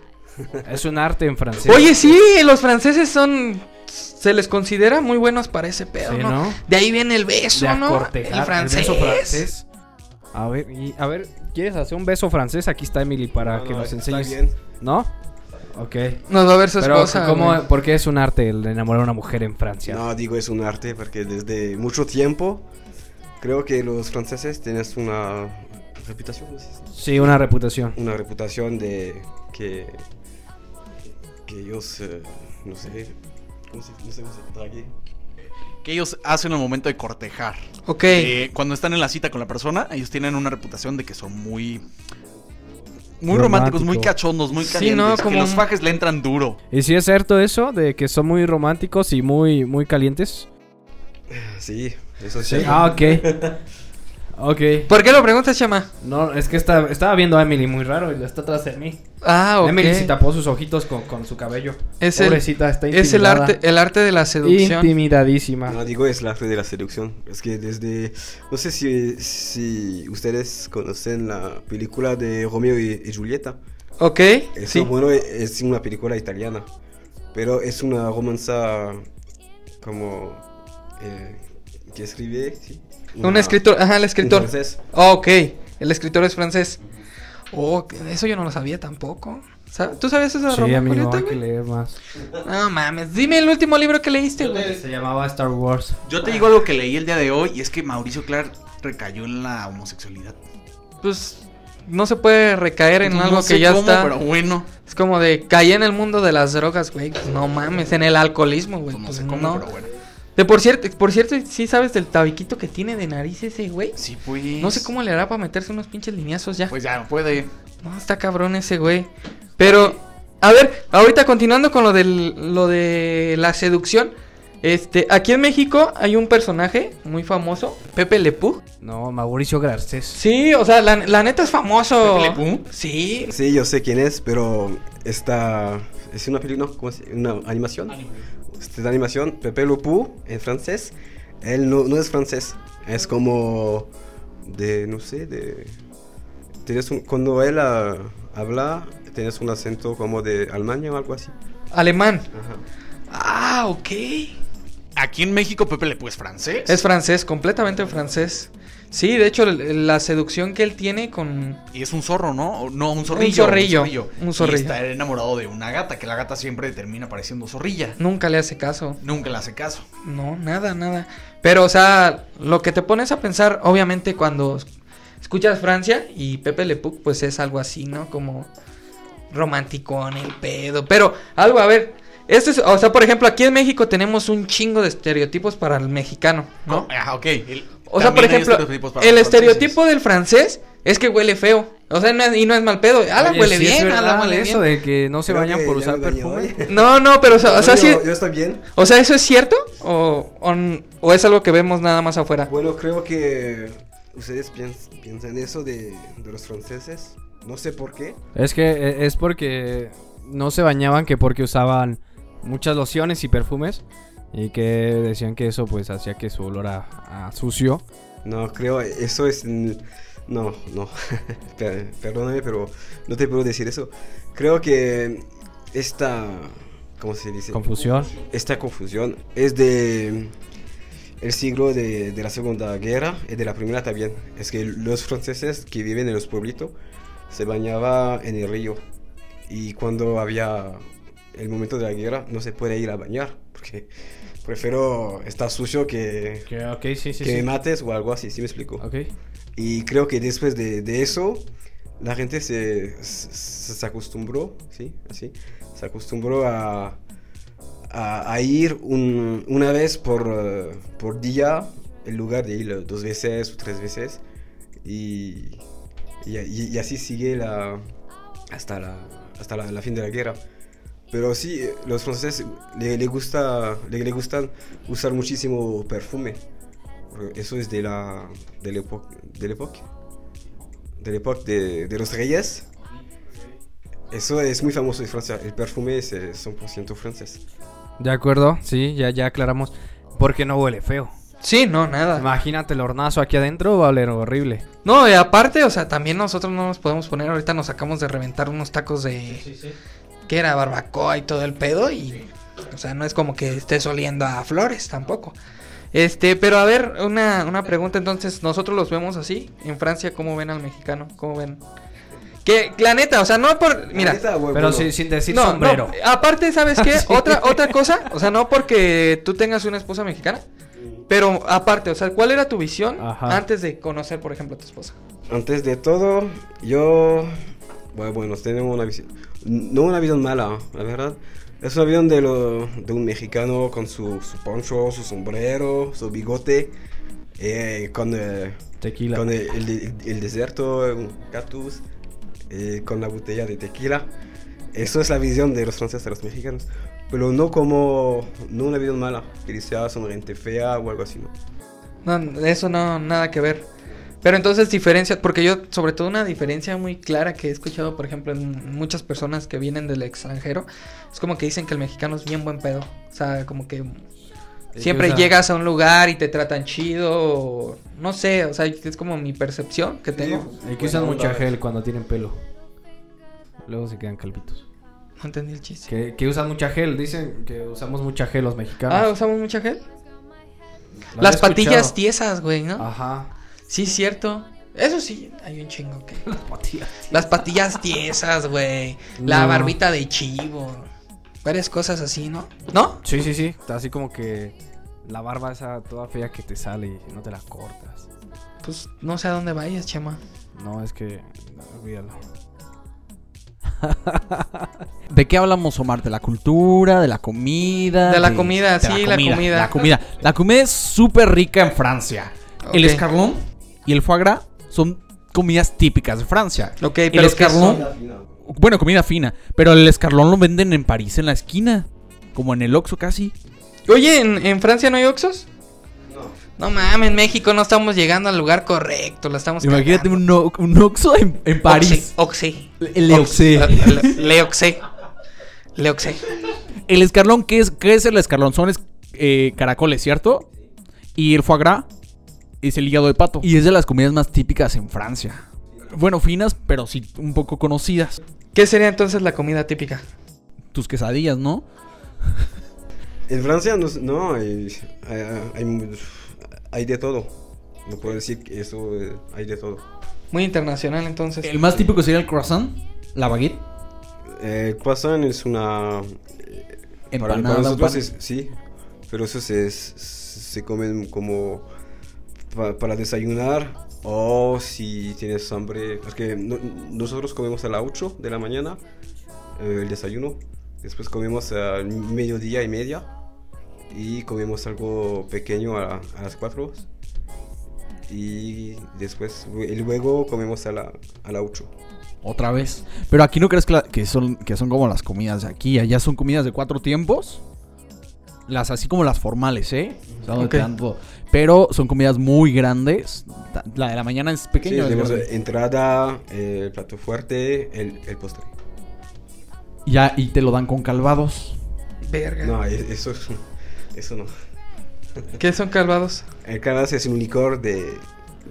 Speaker 2: Es un arte en francés.
Speaker 3: Oye, sí, los franceses son. Se les considera muy buenos para ese pedo,
Speaker 2: Sí,
Speaker 3: ¿no?
Speaker 2: ¿no?
Speaker 3: De ahí viene el beso,
Speaker 2: de
Speaker 3: ¿no?
Speaker 2: acortejar,
Speaker 3: el francés.
Speaker 2: beso francés. A ver, y- a ver, ¿quieres hacer un beso francés? Aquí está Emily para
Speaker 4: No,
Speaker 2: que
Speaker 4: no,
Speaker 2: nos
Speaker 4: está
Speaker 2: enseñes.
Speaker 4: bien.
Speaker 2: ¿No? Ok.
Speaker 3: Nos va a ver su
Speaker 2: Pero,
Speaker 3: esposa.
Speaker 2: ¿cómo,
Speaker 3: güey.
Speaker 2: ¿por qué es un arte el enamorar a una mujer en Francia?
Speaker 4: No, digo es un arte porque desde mucho tiempo creo que los franceses tienen una reputación, ¿no es esto?
Speaker 2: Sí, una reputación.
Speaker 4: una reputación de que que ellos eh, no sé, no sé, no sé, no sé, dragué.
Speaker 1: Que ellos hacen al momento de cortejar.
Speaker 3: Ok.
Speaker 1: Eh, cuando están en la cita con la persona, ellos tienen una reputación de que son muy. Muy
Speaker 2: Romántico.
Speaker 1: románticos, muy cachondos, muy
Speaker 3: Sí,
Speaker 1: calientes.
Speaker 3: ¿no?
Speaker 1: Que
Speaker 3: Como
Speaker 1: los
Speaker 3: un-
Speaker 1: fajes le entran duro.
Speaker 2: ¿Y si es cierto eso de que son muy románticos y muy, muy calientes?
Speaker 4: Ah, Sí, eso sí.
Speaker 2: Sí. Ah, ok. Ok.
Speaker 3: ¿Por qué lo preguntas, Chama?
Speaker 2: No, es que está- estaba viendo a Emily muy raro y la está atrás de mí.
Speaker 3: Ah, ok.
Speaker 2: Emily se tapó sus ojitos con, con su cabello.
Speaker 3: Es el,
Speaker 2: Pobrecita, está
Speaker 3: es el
Speaker 2: intimidada.
Speaker 3: arte, el arte de la seducción.
Speaker 2: Intimidadísima.
Speaker 4: No, digo, es el arte de la seducción. Es que desde. No sé si, si ustedes conocen la película de Romeo y, y Julieta.
Speaker 3: Ok.
Speaker 4: Es,
Speaker 3: sí.
Speaker 4: Bueno, es una película italiana. Pero es una romanza. Como. eh, que escribe. sí,
Speaker 3: Un
Speaker 4: una-
Speaker 3: escritor. Ajá, el
Speaker 4: un
Speaker 3: escritor.
Speaker 4: francés.
Speaker 3: Ah, ok. El escritor es francés. Oh, eso yo no lo sabía tampoco. ¿Sab- ¿Tú sabías eso de
Speaker 2: Sí,
Speaker 3: Romeo y
Speaker 2: amigo,
Speaker 3: Julieta,
Speaker 2: hay que
Speaker 3: güey?
Speaker 2: leer más.
Speaker 3: No mames. Dime el último libro que leíste, güey.
Speaker 2: Se llamaba Star Wars.
Speaker 1: Yo te digo algo que leí el día de hoy y es que Mauricio Clark recayó en la homosexualidad.
Speaker 3: Pues no se puede recaer en
Speaker 1: Pues, No
Speaker 3: algo
Speaker 1: sé
Speaker 3: que ya
Speaker 1: cómo,
Speaker 3: está.
Speaker 1: Pero bueno.
Speaker 3: Es como de caí en el mundo de las drogas, güey. Pues no mames, en el alcoholismo, güey.
Speaker 1: pues no
Speaker 3: pues
Speaker 1: sé cómo,
Speaker 3: no.
Speaker 1: pero bueno.
Speaker 3: De por cierto, por cierto, sí sabes del tabiquito que tiene de nariz ese, güey.
Speaker 1: Sí, pues.
Speaker 3: No sé cómo le hará para meterse unos pinches lineazos ya.
Speaker 1: Pues ya no puede.
Speaker 3: No, está cabrón ese güey. Pero, a ver, ahorita continuando con lo del, lo de la seducción. Este, aquí en México hay un personaje muy famoso, Pepe Lepú.
Speaker 2: No, Mauricio Garcés.
Speaker 3: Sí, o sea, la, la neta es famoso.
Speaker 1: ¿Pepe Le Pew?
Speaker 3: Sí.
Speaker 4: Sí, yo sé quién es, pero esta es una película, no, ¿cómo se- Una animación. Esta es animación, Pepe Le Pew, en francés. Él no, no es francés, es como de, no sé, de... tienes un- cuando él ah, habla, tienes un acento como de Alemania o algo así.
Speaker 3: Alemán.
Speaker 4: Ajá.
Speaker 3: Ah, ok.
Speaker 1: Aquí en México, Pepe Le Pew es francés.
Speaker 3: Es francés, completamente francés. Sí, de hecho, el- la seducción que él tiene con...
Speaker 1: Y es un zorro, ¿no? O- No, un zorrillo.
Speaker 3: zorrillo, un zorrillo.
Speaker 1: Y está enamorado de una gata, que la gata siempre termina pareciendo zorrilla.
Speaker 3: Nunca le hace caso.
Speaker 1: Nunca le hace caso.
Speaker 3: No, nada, nada. Pero, o sea, lo que te pones a pensar, obviamente, cuando escuchas Francia y Pepe Le Pew, pues es algo así, ¿no? Como romanticón, el pedo. Pero, algo, a ver. Esto es, o sea, por ejemplo, aquí en México tenemos un chingo de estereotipos para el mexicano, ¿no?
Speaker 1: ¿No? Ah, ok. El-
Speaker 3: O sea,
Speaker 1: también
Speaker 3: por
Speaker 1: hay
Speaker 3: ejemplo,
Speaker 1: estereotipos para
Speaker 3: el
Speaker 1: los franceses.
Speaker 3: estereotipo del francés es que huele feo. O sea, no es- y no es mal pedo. Ala
Speaker 2: Oye,
Speaker 3: huele
Speaker 2: sí es
Speaker 3: bien, ala
Speaker 2: verdad
Speaker 3: huele
Speaker 2: eso
Speaker 3: bien.
Speaker 2: de que no se
Speaker 4: Creo
Speaker 2: vayan
Speaker 4: que
Speaker 2: por
Speaker 4: ya
Speaker 2: usar
Speaker 4: me bañé
Speaker 2: perfume.
Speaker 4: hoy.
Speaker 3: No, no, pero o sea, o sea,
Speaker 4: No,
Speaker 3: sí-
Speaker 4: yo, yo estoy bien.
Speaker 3: o sea, ¿eso es cierto? ¿O, o n- o es algo que vemos nada más afuera?
Speaker 4: Bueno, creo que ustedes piens- piensan eso de, de los franceses. No sé por qué.
Speaker 2: Es que eh, es porque no se bañaban que porque usaban muchas lociones y perfumes y que decían que eso pues hacía que su olor a, a sucio.
Speaker 4: No, creo, eso es... No, no, Per- perdóname, pero no te puedo decir eso. Creo que esta... ¿Cómo se dice?
Speaker 2: Confusión.
Speaker 4: Esta confusión es de... El siglo de, de la Segunda Guerra y de la Primera también. Es que los franceses que viven en los pueblitos se bañaban en el río. Y cuando había el momento de la guerra no se puede ir a bañar. Porque prefiero estar sucio que,
Speaker 2: Que, ok, sí, sí,
Speaker 4: que me
Speaker 2: sí.
Speaker 4: mates o algo así, ¿sí me explico?
Speaker 2: Ok.
Speaker 4: Y creo que después de, de eso, la gente se, se, se acostumbró, ¿sí? Así, se acostumbró a, a, a ir un- una vez por, eh, por día en lugar de ir dos veces o tres veces. Y, y, y- y así sigue la, hasta, la, hasta la, la fin de la guerra. Pero sí, eh, los franceses le, le gusta, le, le gustan usar muchísimo perfume. Porque Eh, Eso es de la de la época de la época de, la época de- de los reyes. Eso es muy famoso en Francia. El perfume es eh, 100% francés.
Speaker 2: De acuerdo, sí, ya, ya aclaramos. Porque no huele feo.
Speaker 3: Sí, no, nada.
Speaker 2: Imagínate el hornazo aquí adentro, va a oler horrible.
Speaker 3: No, y aparte, o sea, también nosotros no nos podemos poner. Ahorita nos acabamos de reventar unos tacos de. que era barbacoa y todo el pedo. Y. O sea, no es como que estés oliendo a flores tampoco. Este, pero a ver, una, una pregunta entonces. ¿Nosotros los vemos así? En Francia, ¿cómo ven al mexicano? ¿Cómo ven? Que, la neta, o sea, no por. Mira.
Speaker 4: Ahorita, güey,
Speaker 2: Pero
Speaker 4: bueno,
Speaker 2: sí, sin decir
Speaker 3: Pues No,
Speaker 2: sombrero.
Speaker 3: no, Aparte, ¿sabes qué? Otra, otra cosa, o sea, no porque tú tengas una esposa mexicana, pero aparte, o sea, ¿cuál era tu visión
Speaker 2: Ajá.
Speaker 3: antes de conocer, por ejemplo, a tu esposa?
Speaker 4: Antes de todo, yo. Bueno, bueno, tenemos una visión. No una visión mala, la verdad. Es una visión de, lo, de un mexicano con su, su poncho, su sombrero, su bigote. eh, con, eh,
Speaker 2: Tequila.
Speaker 4: con el, el- el desierto, eh, un cactus. eh, con la botella de tequila. Eso es la visión de los franceses a los mexicanos. Pero no como. No una visión mala. Que sea sonriente fea o algo así, ¿no?
Speaker 3: No, eso no, nada que ver. Pero entonces diferencias, porque yo sobre todo una diferencia muy clara que he escuchado, por ejemplo, en muchas personas que vienen del extranjero, es como que dicen que el mexicano es bien buen pedo. O sea, como que
Speaker 2: que,
Speaker 3: siempre
Speaker 2: o sea-
Speaker 3: llegas a un lugar y te tratan chido, o- no sé, o sea, es como mi percepción que tengo.
Speaker 2: Y que usan
Speaker 4: Buena
Speaker 2: mucha
Speaker 4: onda,
Speaker 2: gel cuando tienen pelo. Luego se quedan calvitos.
Speaker 3: No entendí el chiste.
Speaker 2: Que, que usan mucha gel, dicen que usamos mucha gel los mexicanos.
Speaker 3: Ah, usamos mucha gel.
Speaker 2: ¿Lo
Speaker 3: Las
Speaker 2: había
Speaker 3: patillas
Speaker 2: escuchado? Ah.
Speaker 3: tiesas, güey, ¿no?
Speaker 2: Ajá.
Speaker 3: Sí, cierto. Eso sí, hay un chingo que.
Speaker 2: Las patillas.
Speaker 3: Las patillas tiesas, güey. La
Speaker 2: No.
Speaker 3: barbita de chivo. Varias cosas así, ¿no? ¿No?
Speaker 2: Sí, sí, sí. Así como que la barba esa toda fea que te sale y no te la cortas.
Speaker 3: Pues no sé a dónde vayas, Chema.
Speaker 2: No, es que. Olvídalo.
Speaker 1: ¿De qué hablamos, Omar? ¿De la cultura? ¿De la comida?
Speaker 3: De la comida, sí, la comida.
Speaker 1: La comida, La comida es súper rica en Francia. El
Speaker 3: Ok.
Speaker 1: escarlón y el foie gras son comidas típicas de Francia.
Speaker 3: Ok,
Speaker 1: el
Speaker 3: pero es que
Speaker 1: escarlón,
Speaker 3: son-
Speaker 1: bueno, comida fina, pero el escarlón lo venden en París, en la esquina, como en el Oxxo casi.
Speaker 3: Oye, ¿en, en Francia no hay oxos? No. No mames, en México no estamos llegando al lugar correcto. La estamos.
Speaker 1: Imagínate un, o- un Oxxo en, en París.
Speaker 3: Oxy.
Speaker 1: El Oxxo.
Speaker 3: Leoxé. Leoxé.
Speaker 1: El escarlón, ¿qué es, qué es el escarlón? Son es- eh, caracoles, ¿cierto? Y el foie gras es el hígado de pato. Y es de las comidas más típicas en Francia. Bueno, finas, pero sí un poco conocidas.
Speaker 3: ¿Qué sería entonces la comida típica?
Speaker 1: Tus quesadillas, ¿no?
Speaker 4: En Francia no, s- no, hay, hay, hay- hay de todo. No puedo decir que eso eh, hay de todo.
Speaker 3: Muy internacional entonces.
Speaker 1: El más típico sería el croissant, la baguette,
Speaker 4: Eh, croissant es una... eh, para- para,
Speaker 1: empanada, un
Speaker 4: nosotros
Speaker 1: pan.
Speaker 4: es- sí, pero eso se, se- se comen como pa- para desayunar o si tienes hambre. Porque no- nosotros comemos a las 8 de la mañana eh, el desayuno, después comemos al mediodía y media y comemos algo pequeño a, a las 4 y después y luego comemos a la, a la 8.
Speaker 1: Otra vez. Pero aquí no crees que, la- que son, que son como las comidas de aquí. Allá son comidas de cuatro tiempos. Las así como las formales, ¿eh? O sea, donde te
Speaker 3: Ok.
Speaker 1: dan todo. Pero son comidas muy grandes. Ta- La de la mañana es
Speaker 4: Sí,
Speaker 1: pequeña. es
Speaker 4: tenemos
Speaker 1: grande.
Speaker 4: entrada, eh, el plato fuerte, el, el postre.
Speaker 1: Ya, y te lo dan con calvados.
Speaker 3: Verga.
Speaker 4: No, e- eso, es- eso no.
Speaker 3: ¿Qué son calvados?
Speaker 4: El cannabis es un licor de,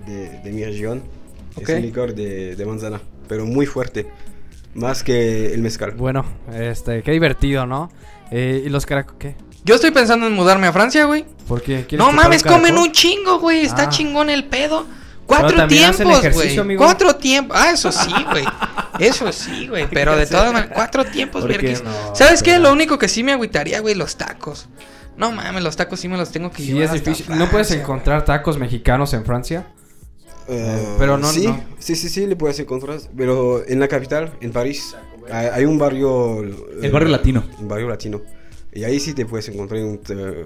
Speaker 4: de, de mi región.
Speaker 3: Ok.
Speaker 4: Es un licor de, de manzana, pero muy fuerte. Más que el mezcal.
Speaker 2: Bueno, este, qué divertido, ¿no? Eh, ¿Y los caracos qué?
Speaker 3: Yo estoy pensando en mudarme a Francia, güey.
Speaker 2: ¿Por qué? ¿Quieres
Speaker 3: No
Speaker 2: tocar
Speaker 3: mames,
Speaker 2: caracol?
Speaker 3: comen un chingo, güey. Está
Speaker 2: Ah.
Speaker 3: chingón el pedo. Cuatro
Speaker 2: también hacen
Speaker 3: tiempos,
Speaker 2: ejercicio,
Speaker 3: güey.
Speaker 2: amigo.
Speaker 3: Cuatro tiempos. Ah, eso sí, güey. Eso sí, güey. Pero de todas maneras, cuatro tiempos,
Speaker 2: ¿Por qué
Speaker 3: verguis.
Speaker 2: no?
Speaker 3: ¿Sabes qué?
Speaker 2: Pero-
Speaker 3: Lo único que sí me agüitaría, güey, los tacos. No mames, los tacos sí me los tengo que
Speaker 2: Sí,
Speaker 3: llevar.
Speaker 2: es
Speaker 3: hasta
Speaker 2: difícil. ¿No puedes
Speaker 3: Francia,
Speaker 2: encontrar tacos mexicanos en Francia?
Speaker 4: Eh,
Speaker 2: Pero no-
Speaker 4: sí,
Speaker 2: no.
Speaker 4: sí, sí, sí, le puedes encontrar. Pero en la capital, en París, hay, hay un barrio. eh,
Speaker 1: El barrio latino.
Speaker 4: Un barrio latino. Y ahí sí te puedes encontrar un, eh,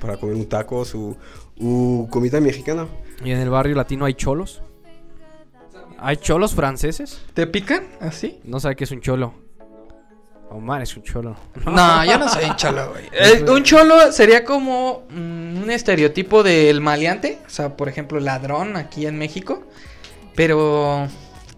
Speaker 4: para comer un taco su, u comida mexicana.
Speaker 2: ¿Y en el barrio latino hay cholos? ¿Hay cholos franceses?
Speaker 3: güey. ¿Te pican así?
Speaker 2: No sabe qué es un cholo. Omar es un cholo.
Speaker 3: No, yo no soy un cholo, güey. Eh, un cholo sería como mm, un estereotipo del maleante, o sea, por ejemplo, ladrón aquí en México, pero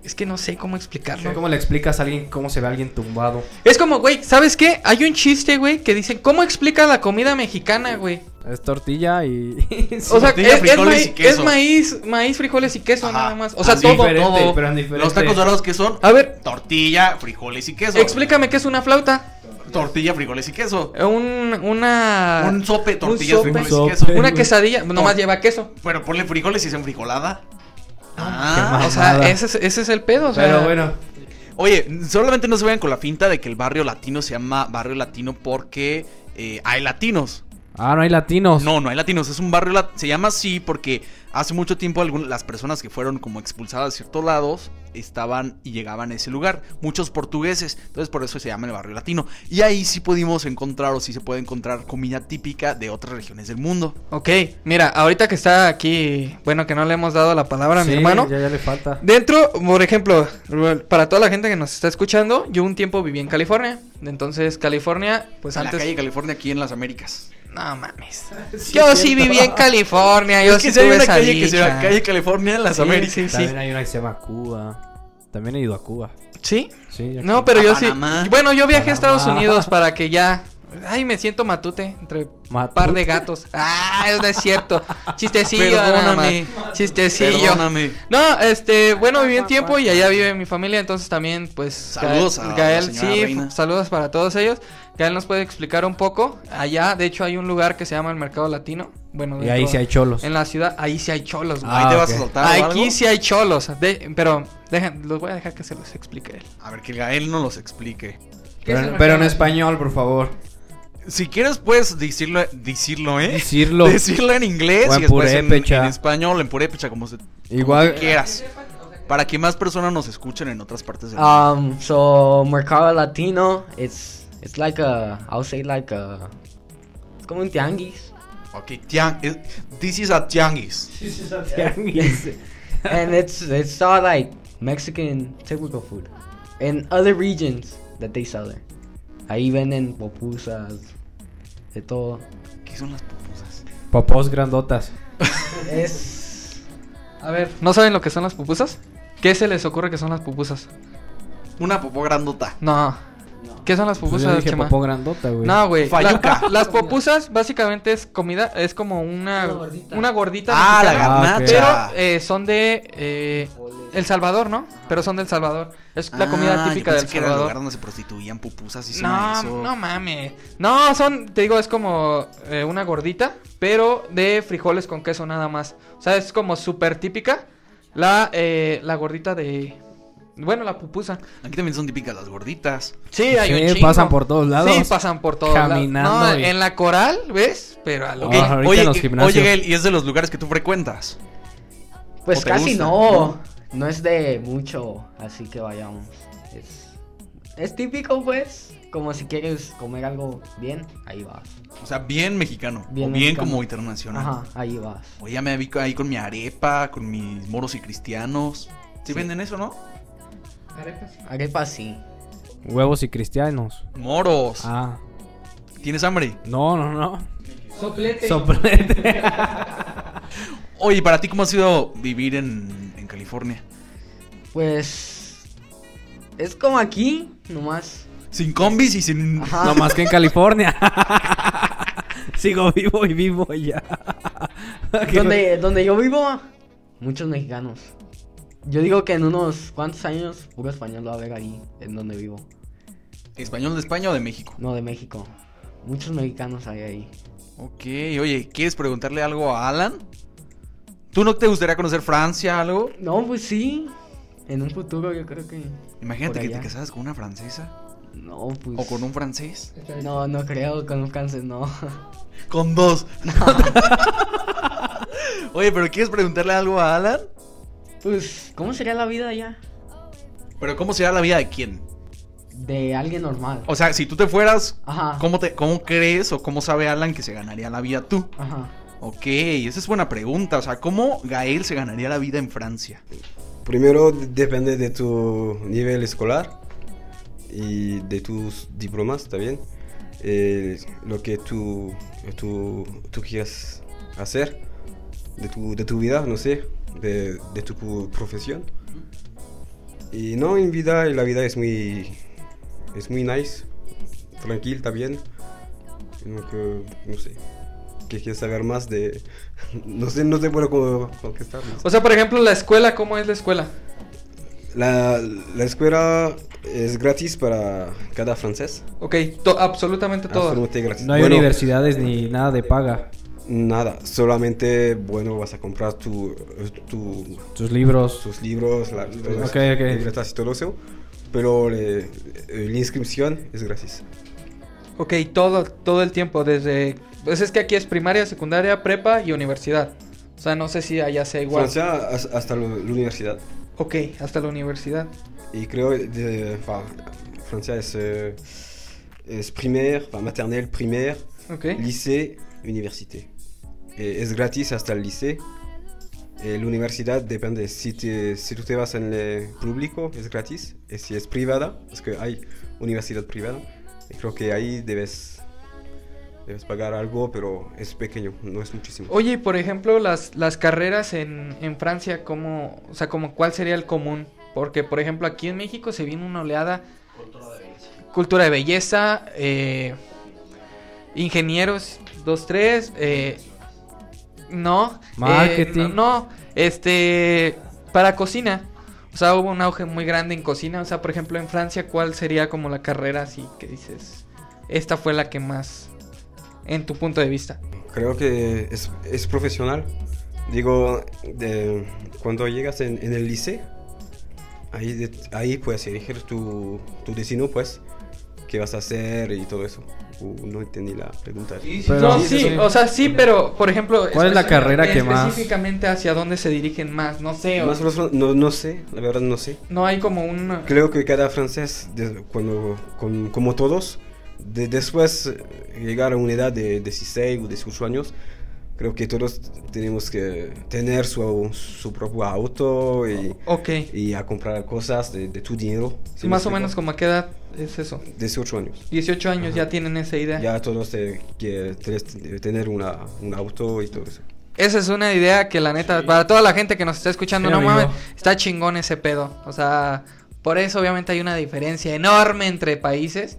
Speaker 3: es que no sé cómo explicarlo.
Speaker 2: ¿Cómo le explicas a alguien cómo se ve a alguien tumbado?
Speaker 3: Es como, güey, ¿sabes qué? Hay un chiste, güey, que dicen, ¿cómo explica la comida mexicana, güey?
Speaker 2: Es tortilla y.
Speaker 3: O sea,
Speaker 1: tortilla,
Speaker 3: es, es
Speaker 1: frijoles
Speaker 3: maíz,
Speaker 1: y queso.
Speaker 3: es maíz, maíz, frijoles y queso
Speaker 1: Ajá. Ah,
Speaker 3: nada más. O sea,
Speaker 1: Así,
Speaker 3: todo.
Speaker 1: pero-
Speaker 2: Diferente,
Speaker 1: todo.
Speaker 2: pero en diferente.
Speaker 1: Los tacos dorados que son
Speaker 3: A ver,
Speaker 1: tortilla, frijoles y queso.
Speaker 3: explícame qué es una flauta.
Speaker 1: Tortilla, frijoles y queso.
Speaker 3: Eh, Un, una.
Speaker 1: Un Ah. sope, tortillas,
Speaker 3: sope.
Speaker 1: frijoles
Speaker 2: Un
Speaker 1: y queso.
Speaker 2: sope.
Speaker 3: Una quesadilla, nomás lleva queso.
Speaker 1: Pero ponle frijoles y es enfrijolada.
Speaker 3: O
Speaker 1: Ah,
Speaker 3: sea,
Speaker 2: Mamada.
Speaker 3: ese es, ese es el pedo. O sea,
Speaker 2: Pero bueno,
Speaker 1: oye, solamente no se vayan con la finta de que el barrio latino se llama barrio latino porque eh, hay latinos.
Speaker 2: ah, no hay latinos.
Speaker 1: No, no hay latinos, es un barrio, lat- se llama así porque hace mucho tiempo algun- las personas que fueron como expulsadas de ciertos lados estaban y llegaban a ese lugar, muchos portugueses, entonces por eso se llama el barrio latino. Y ahí sí pudimos encontrar o sí se puede encontrar comida típica de otras regiones del mundo.
Speaker 3: Ok, mira, ahorita que está aquí, bueno, que no le hemos dado la palabra a mi
Speaker 2: Sí,
Speaker 3: hermano.
Speaker 2: Ya, ya le falta.
Speaker 3: Dentro, por ejemplo, para toda la gente que nos está escuchando, yo un tiempo viví en California. Entonces, California, pues
Speaker 1: Pues en
Speaker 3: antes.
Speaker 1: la calle California aquí en las Américas.
Speaker 3: No mames. yo sí
Speaker 2: cierto.
Speaker 3: viví en California. Yo
Speaker 1: es que
Speaker 3: sí
Speaker 1: si hay
Speaker 3: tuve
Speaker 1: una
Speaker 3: esa
Speaker 1: calle que se
Speaker 3: dicha.
Speaker 1: llama calle California en las
Speaker 3: Sí,
Speaker 1: Américas.
Speaker 3: sí, sí.
Speaker 2: También hay una que se llama Cuba. También he ido a Cuba.
Speaker 3: ¿Sí?
Speaker 2: Sí, ya
Speaker 3: No,
Speaker 2: que-
Speaker 3: pero
Speaker 1: A
Speaker 3: yo sí.
Speaker 1: Panamá.
Speaker 3: Bueno, yo viajé a Estados
Speaker 2: Panamá.
Speaker 3: Unidos para que ya. Ay, me siento matute entre
Speaker 2: Matute.
Speaker 3: par de gatos. Ah, no es cierto. Chistecillo, nada más.
Speaker 1: Perdóname.
Speaker 3: Chistecillo.
Speaker 1: Perdóname.
Speaker 3: No, este, bueno, viví un tiempo y allá vive mi familia, entonces también, pues.
Speaker 1: Saludos
Speaker 3: Gael-
Speaker 1: a la
Speaker 3: Gael,
Speaker 1: señora
Speaker 3: sí,
Speaker 1: Reina.
Speaker 3: saludos para todos ellos. Gael nos puede explicar un poco. Allá, de hecho, hay un lugar que se llama el Mercado Latino. Bueno,
Speaker 2: Y ahí
Speaker 3: dentro-
Speaker 2: sí hay cholos.
Speaker 3: En la ciudad, ahí sí hay cholos, güey.
Speaker 1: Ahí te
Speaker 2: Ah,
Speaker 1: vas
Speaker 2: ok.
Speaker 1: a soltar. o
Speaker 3: Aquí
Speaker 1: algo.
Speaker 3: sí hay cholos, de- pero dejen, los voy a dejar que se los explique él.
Speaker 1: A ver, que Gael no los explique.
Speaker 2: Pero, pero en español, por favor.
Speaker 1: Si quieres, puedes decirlo, decirlo ¿eh?
Speaker 2: Decirlo.
Speaker 1: Decirlo en inglés
Speaker 2: O en
Speaker 1: y después en,
Speaker 2: purépecha.
Speaker 1: en español, en purépecha, como se
Speaker 2: Igual.
Speaker 1: quieras. Para que más personas nos escuchen en otras partes del
Speaker 2: Ah.
Speaker 1: mundo.
Speaker 5: Um, so Mercado Latino, it's it's like a I'll say like a it's como un tianguis.
Speaker 1: Ok, tiang- eh, this is a tianguis.
Speaker 5: and it's it's all like Mexican typical food and other regions that they sell there. Ahí venden popusas, de todo.
Speaker 1: ¿Qué son las pupusas?
Speaker 2: Popós grandotas.
Speaker 5: Es
Speaker 3: A ver, ¿no saben lo que son las pupusas? ¿Qué se les ocurre que son las pupusas?
Speaker 1: Una popó grandota.
Speaker 3: No. ¿Qué son las
Speaker 2: Pues yo
Speaker 3: pupusas,
Speaker 2: dije
Speaker 3: Chema?
Speaker 2: popó grandota, güey.
Speaker 3: No, güey. la-
Speaker 1: Fayuca.
Speaker 3: las popusas básicamente es comida, es como una,
Speaker 5: Una gordita.
Speaker 3: una gordita
Speaker 1: Ah, la
Speaker 3: mexicana,
Speaker 2: Ah, ok.
Speaker 1: garnacha.
Speaker 3: pero eh, son de eh, El Salvador, ¿no? Pero son del Salvador. Es la
Speaker 1: Ah,
Speaker 3: comida
Speaker 1: yo
Speaker 3: típica
Speaker 1: pensé
Speaker 3: del
Speaker 1: que era el lugar
Speaker 3: Salvador.
Speaker 1: donde se prostituían pupusas y suena
Speaker 3: No,
Speaker 1: eso.
Speaker 3: no mames. No, son, te digo, es como eh, una gordita, pero de frijoles con queso nada más. O sea, es como súper típica la, eh, la gordita de... Bueno, la pupusa.
Speaker 1: Aquí también son típicas las gorditas.
Speaker 3: Sí, hay un
Speaker 2: Sí,
Speaker 3: chingo.
Speaker 2: pasan por todos lados.
Speaker 3: Sí, pasan por todos
Speaker 2: Caminando
Speaker 3: lados. No,
Speaker 2: y-
Speaker 3: en la coral, ¿ves? Pero a lo
Speaker 2: Ok.
Speaker 3: que-
Speaker 2: Ah, ahorita
Speaker 1: oye,
Speaker 2: en los
Speaker 1: eh,
Speaker 2: gimnasios.
Speaker 1: oye, Gael, ¿y es de los lugares que tú frecuentas? ¿O
Speaker 5: pues
Speaker 1: te
Speaker 5: casi
Speaker 1: gusta?
Speaker 5: no. No es de mucho, así que vayamos. Es es típico pues, como si quieres comer algo bien, ahí vas.
Speaker 1: O sea, bien mexicano.
Speaker 5: Bien
Speaker 1: o bien
Speaker 5: mexicano.
Speaker 1: como internacional.
Speaker 5: Ajá, ahí vas.
Speaker 1: Oye, ya me vi ahí con mi arepa, con mis moros y cristianos. ¿Sí, venden eso, no?
Speaker 5: Arepa sí.
Speaker 2: Huevos y cristianos.
Speaker 1: Moros.
Speaker 2: Ah.
Speaker 1: ¿Tienes hambre?
Speaker 2: No, no, no.
Speaker 3: Soplete.
Speaker 2: Soplete.
Speaker 1: Oye, ¿y ¿para ti cómo ha sido vivir en, en California?
Speaker 5: Pues es como aquí, nomás.
Speaker 1: Sin combis y sin...
Speaker 5: Ajá.
Speaker 2: No más que en California. Sigo vivo y vivo ya.
Speaker 5: donde, donde yo vivo, muchos mexicanos. Yo digo que en unos cuantos años, puro español va a haber ahí, en donde vivo.
Speaker 1: ¿Español de España o de México?
Speaker 5: No, de México. Muchos mexicanos hay ahí.
Speaker 1: Ok, oye, ¿quieres preguntarle algo a Alan? ¿Tú no te gustaría conocer Francia, algo?
Speaker 5: No, pues sí. En un futuro yo creo que...
Speaker 1: Imagínate
Speaker 5: Por
Speaker 1: que te
Speaker 5: allá.
Speaker 1: casaras con una francesa.
Speaker 5: No, pues...
Speaker 1: O con un francés.
Speaker 5: No, no creo, con un cáncer, no.
Speaker 1: Con dos. oye, ¿pero quieres preguntarle algo a Alan?
Speaker 5: Pues, ¿cómo sería la vida allá?
Speaker 1: ¿Pero cómo será la vida de quién?
Speaker 5: De alguien normal.
Speaker 1: O sea, si tú te fueras,
Speaker 5: Ajá.
Speaker 1: ¿cómo, te, ¿cómo crees o cómo sabe Alan que se ganaría la vida tú?
Speaker 5: Ajá.
Speaker 1: Ok, esa es buena pregunta. O sea, ¿cómo Gael se ganaría la vida en Francia?
Speaker 4: Primero d- depende de tu nivel escolar y de tus diplomas también. Eh, lo que tú, tú, tú quieras hacer de tu, de tu vida, no sé, de, de tu pu- profesión. Y no, en vida, la vida es muy, es muy nice, tranquila también. Donc, eh, no sé. que quiere saber más de... No sé, no sé bueno cómo contestarles.
Speaker 3: O sea, por ejemplo, la escuela, ¿cómo es la escuela?
Speaker 4: La, la escuela es gratis para cada francés.
Speaker 3: Ok, to- absolutamente todo.
Speaker 4: Absolutamente gratis.
Speaker 2: No hay
Speaker 4: Bueno,
Speaker 2: universidades ni nada de paga.
Speaker 4: Nada, solamente, bueno, vas a comprar tu, tu
Speaker 2: Tus libros.
Speaker 4: sus libros, la, todo
Speaker 2: Ok,
Speaker 4: eso,
Speaker 2: ok.
Speaker 4: libretas y todo eso, pero le- eh, la inscripción es gratis.
Speaker 3: Ok, todo, todo el tiempo, desde... Pues es que aquí es primaria, secundaria, prepa y universidad. O sea, no sé si allá sea igual.
Speaker 4: Francia has- hasta la la universidad.
Speaker 3: Ok, hasta la universidad.
Speaker 4: Y creo eh, de, enfin, Francia es, eh, es primaire, enfin, maternelle, primaire,
Speaker 3: Ok.
Speaker 4: lycée, université. Eh, es gratis hasta el lycée. Eh, la universidad depende si, te- si tú te vas en el público es gratis y si es privada, es que hay universidad privada, y creo que ahí debes, debes pagar algo, pero es pequeño, no es muchísimo.
Speaker 3: Oye, y por ejemplo, las, las carreras en, en Francia, ¿cómo, o sea, como cuál sería el común? Porque, por ejemplo, aquí en México se viene una oleada... Cultura de belleza. Cultura de belleza, eh, ingenieros, dos, tres, eh, no. eh,
Speaker 2: Marketing.
Speaker 3: no, no, este, para cocina. O sea, hubo un auge muy grande en cocina. O sea, por ejemplo, en Francia, ¿cuál sería como la carrera así que dices? Esta fue la que más, en tu punto de vista.
Speaker 4: Creo que es, es profesional. Digo, de- cuando llegas en, en el liceo, ahí, de- ahí puedes elegir tu, tu destino, pues, qué vas a hacer y todo eso. Uh, no entendí la pregunta.
Speaker 2: Pero-
Speaker 3: no,
Speaker 2: sí,
Speaker 3: sí,
Speaker 2: sí.
Speaker 3: o sea, sí, pero, por ejemplo...
Speaker 2: ¿Cuál es la carrera que más-
Speaker 3: Específicamente hacia dónde se dirigen más, no sé, o-
Speaker 4: Más o menos, no, no sé, la verdad no sé.
Speaker 3: no hay como un...
Speaker 4: Creo que cada francés, de- cuando, con- como todos, de- después eh, llegar a una edad de 16 o 18 años, creo que todos tenemos que tener su, su propio auto y...
Speaker 3: Ok,
Speaker 4: y a comprar cosas de, de tu dinero. ¿sí me
Speaker 3: más o
Speaker 4: explico?
Speaker 3: menos como a qué edad es eso.
Speaker 4: 18 años.
Speaker 3: 18 años ya tienen esa idea.
Speaker 4: Ya todos eh, que tienes que tener una, un auto y todo eso.
Speaker 3: Esa es una idea que la neta, para toda la gente que nos está escuchando,
Speaker 2: Sí,
Speaker 3: no
Speaker 2: amigo.
Speaker 3: mames, está chingón ese pedo. O sea, por eso obviamente hay una diferencia enorme entre países,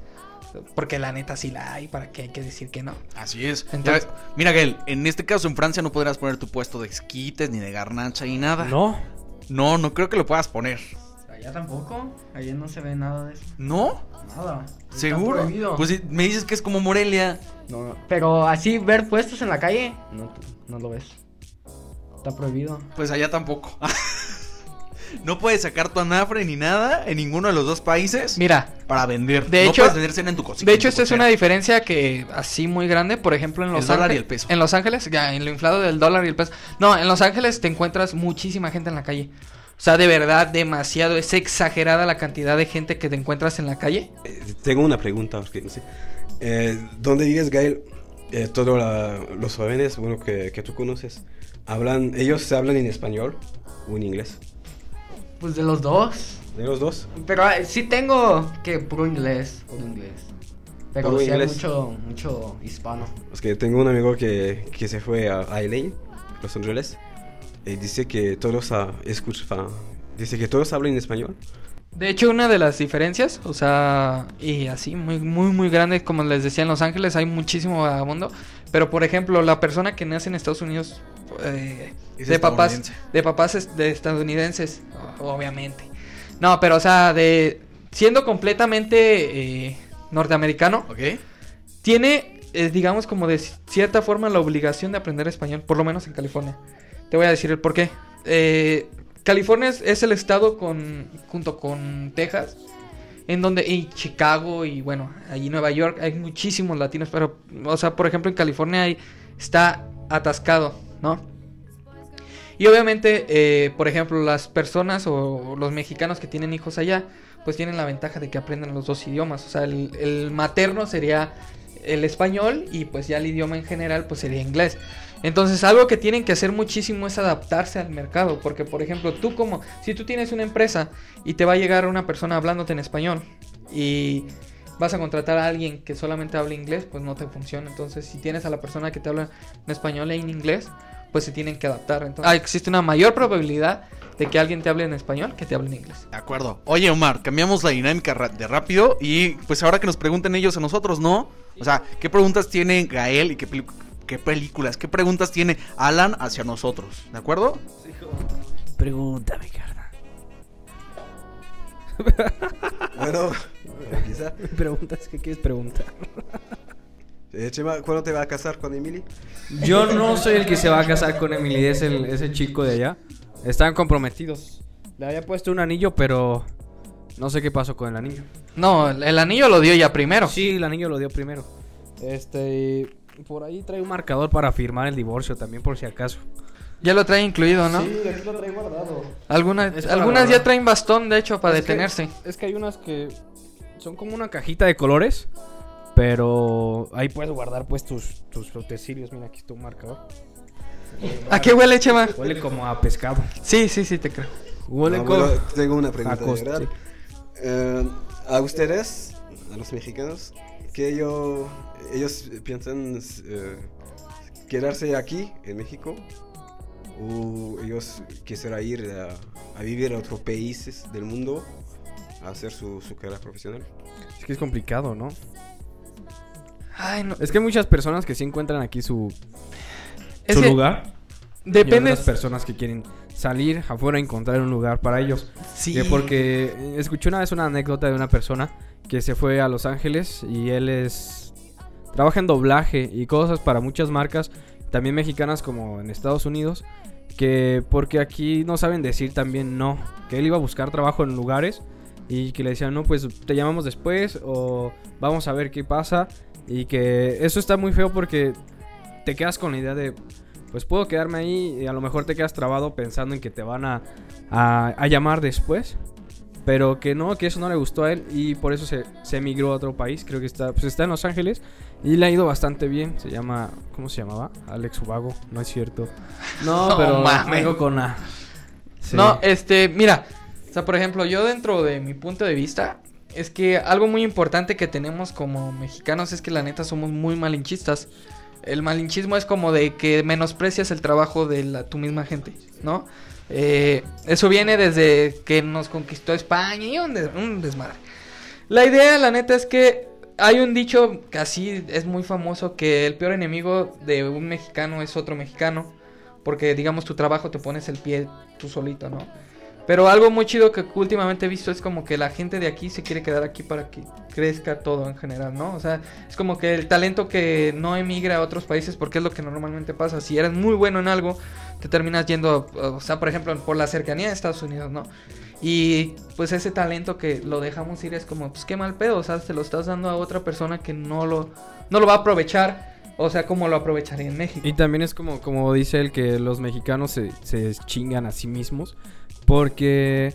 Speaker 3: porque la neta sí la hay, para qué hay que decir que no.
Speaker 1: Así es. Ya
Speaker 3: Entonces-
Speaker 1: ves- mira, Gael, en este caso en Francia no podrás poner tu puesto de esquites, ni de garnacha, ni nada.
Speaker 2: No.
Speaker 1: no, no creo que lo puedas poner.
Speaker 5: Allá tampoco. Allá no se ve nada de eso.
Speaker 1: ¿No?
Speaker 5: Nada.
Speaker 1: ¿Seguro? Pues si me dices que es como Morelia.
Speaker 5: No, pero así ver puestos en la calle, no, no lo ves. Está prohibido.
Speaker 1: Pues allá tampoco. no puedes sacar tu anafre ni nada en ninguno de los dos países
Speaker 3: Mira,
Speaker 1: para vender.
Speaker 3: De
Speaker 1: no
Speaker 3: hecho-
Speaker 1: puedes vender cena en tu cocina.
Speaker 3: de
Speaker 1: en
Speaker 3: hecho,
Speaker 1: tu
Speaker 3: esta es
Speaker 1: cochera.
Speaker 3: una diferencia que así muy grande. Por ejemplo, en
Speaker 1: El
Speaker 3: Los
Speaker 1: dólar y
Speaker 3: Ángeles.
Speaker 1: el peso.
Speaker 3: En Los Ángeles, ya, en lo inflado del dólar y el peso. No, en Los Ángeles te encuentras muchísima gente en la calle. O sea, de verdad, demasiado. Es exagerada la cantidad de gente que te encuentras en la calle.
Speaker 4: Eh, tengo una pregunta, porque no sé. Eh, ¿Dónde vives, Gael? Eh, Todos la- los jóvenes bueno, que, que tú conoces, hablan, ¿ellos se hablan en español o en inglés?
Speaker 5: Pues de los dos.
Speaker 4: ¿De los dos?
Speaker 5: Pero eh, sí tengo que puro inglés. Puro inglés. Pero
Speaker 4: Puro
Speaker 5: sí
Speaker 4: inglés.
Speaker 5: hay mucho, mucho hispano.
Speaker 4: Es que tengo un amigo que, que se fue a, a LA, Los Ángeles, y dice que todos ah, escuch- enfin, dice que todos hablan en español.
Speaker 3: De hecho, una de las diferencias, o sea, y así muy, muy, muy grande, como les decía en Los Ángeles, hay muchísimo vagabundo. Pero, por ejemplo, la persona que nace en Estados Unidos, eh,
Speaker 1: Es
Speaker 3: de papás,
Speaker 1: estadounidense.
Speaker 3: de papás es- de estadounidenses, obviamente. No, pero, o sea, de siendo completamente eh, norteamericano,
Speaker 1: ¿Ok?
Speaker 3: tiene, eh, digamos, como de cierta forma la obligación de aprender español, por lo menos en California. Te voy a decir el por qué. Eh, California es, es el estado con, junto con Texas, en donde, y Chicago, y bueno, allí Nueva York, hay muchísimos latinos, pero, o sea, por ejemplo, en California hay- está atascado, ¿no? Y obviamente, eh, por ejemplo, las personas o los mexicanos que tienen hijos allá, pues tienen la ventaja de que aprenden los dos idiomas. O sea, el, el materno sería el español y pues ya el idioma en general pues sería inglés. Entonces algo que tienen que hacer muchísimo es adaptarse al mercado, porque por ejemplo tú como, si tú tienes una empresa y te va a llegar una persona hablándote en español y vas a contratar a alguien que solamente hable inglés, pues no te funciona. Entonces si tienes a la persona que te habla en español e en inglés, pues se tienen que adaptar. Entonces, ah, existe una mayor probabilidad de que alguien te hable en español que te hable en inglés.
Speaker 1: De acuerdo. Oye, Omar, cambiamos la dinámica ra- de rápido y pues ahora que nos pregunten ellos a nosotros, ¿no? O sea, ¿qué preguntas tiene Gael y qué, peli- qué películas, qué preguntas tiene Alan hacia nosotros, ¿de acuerdo?
Speaker 2: Pregúntame, carnal.
Speaker 4: Bueno, empieza.
Speaker 5: Me preguntas qué quieres preguntar.
Speaker 4: Eh, Chema, ¿cuándo te vas a casar con Emily?
Speaker 2: Yo no soy el que se va a casar con Emily, es el, es el chico de allá. Están comprometidos. Le había puesto un anillo, pero no sé qué pasó con el anillo.
Speaker 3: No, el- el anillo lo dio ya primero.
Speaker 2: Sí, el anillo lo dio primero. Este, y por ahí trae un marcador para firmar el divorcio también, por si acaso.
Speaker 3: Ya lo trae incluido, ¿no? Sí, aquí lo trae guardado. Algunas,
Speaker 2: Es para
Speaker 3: algunas
Speaker 2: guardar.
Speaker 3: ya traen bastón, de hecho, para
Speaker 2: Es que-
Speaker 3: detenerse.
Speaker 2: es que hay unas que son como una cajita de colores, pero ahí puedes guardar pues tus, tus utensilios. Mira, aquí está un marcador.
Speaker 3: ¿A qué huele, Chema?
Speaker 2: Huele como a pescado.
Speaker 3: Sí, sí, sí, te creo.
Speaker 2: Huele
Speaker 4: No,
Speaker 2: como...
Speaker 4: bueno, tengo una pregunta
Speaker 2: a
Speaker 4: de
Speaker 2: coste.
Speaker 4: verdad. Eh, a ustedes, a los mexicanos, que yo, ellos piensan eh, quedarse aquí en México o ellos quisieran ir a, a vivir a otros países del mundo a hacer su, su carrera profesional.
Speaker 2: Es que es complicado, ¿no?
Speaker 3: Ay, no.
Speaker 2: Es que hay muchas personas que sí encuentran aquí su,
Speaker 3: Es
Speaker 2: su
Speaker 3: que
Speaker 2: lugar. Depende.
Speaker 3: Depende.
Speaker 2: las personas que quieren salir afuera y encontrar un lugar para ellos.
Speaker 3: Sí.
Speaker 2: Que Porque eh, escuché una vez una anécdota de una persona que se fue a Los Ángeles y él es... Trabaja en doblaje y cosas para muchas marcas, también mexicanas como en Estados Unidos, que porque aquí no saben decir también no, que él iba a buscar trabajo en lugares y que le decían, no, pues te llamamos después o vamos a ver qué pasa y que eso está muy feo porque te quedas con la idea de, pues puedo quedarme ahí y a lo mejor te quedas trabado pensando en que te van a, a- a llamar después. Pero que no, que eso no le gustó a él y por eso se, se emigró a otro país. Creo que está, pues está en Los Ángeles y le ha ido bastante bien. Se llama, ¿cómo se llamaba? Alex Ubago, no es cierto. No,
Speaker 3: No
Speaker 2: pero
Speaker 3: mames.
Speaker 2: algo con A. Sí.
Speaker 3: No, este, mira. O sea, por ejemplo, yo dentro de mi punto de vista, es que algo muy importante que tenemos como mexicanos es que la neta somos muy malinchistas. El malinchismo es como de que menosprecias el trabajo de la, tu misma gente, ¿no? Eh, eso viene desde que nos conquistó España y un, des- un desmadre. La idea, la neta, es que hay un dicho que así es muy famoso, que el peor enemigo de un mexicano es otro mexicano, porque digamos tu trabajo te pones el pie tú solito, ¿no? Pero algo muy chido que últimamente he visto es como que la gente de aquí se quiere quedar aquí para que crezca todo en general, ¿no? O sea, es como que el talento que no emigra a otros países porque es lo que normalmente pasa. Si eres muy bueno en algo, te terminas yendo, o sea, por ejemplo, por la cercanía de Estados Unidos, ¿no? Y pues ese talento que lo dejamos ir es como, pues qué mal pedo, o sea, se lo estás dando a otra persona que no lo, no lo va a aprovechar, o sea, como lo aprovecharía en México.
Speaker 2: Y también es como, como dice él que los mexicanos se, se chingan a sí mismos. Porque,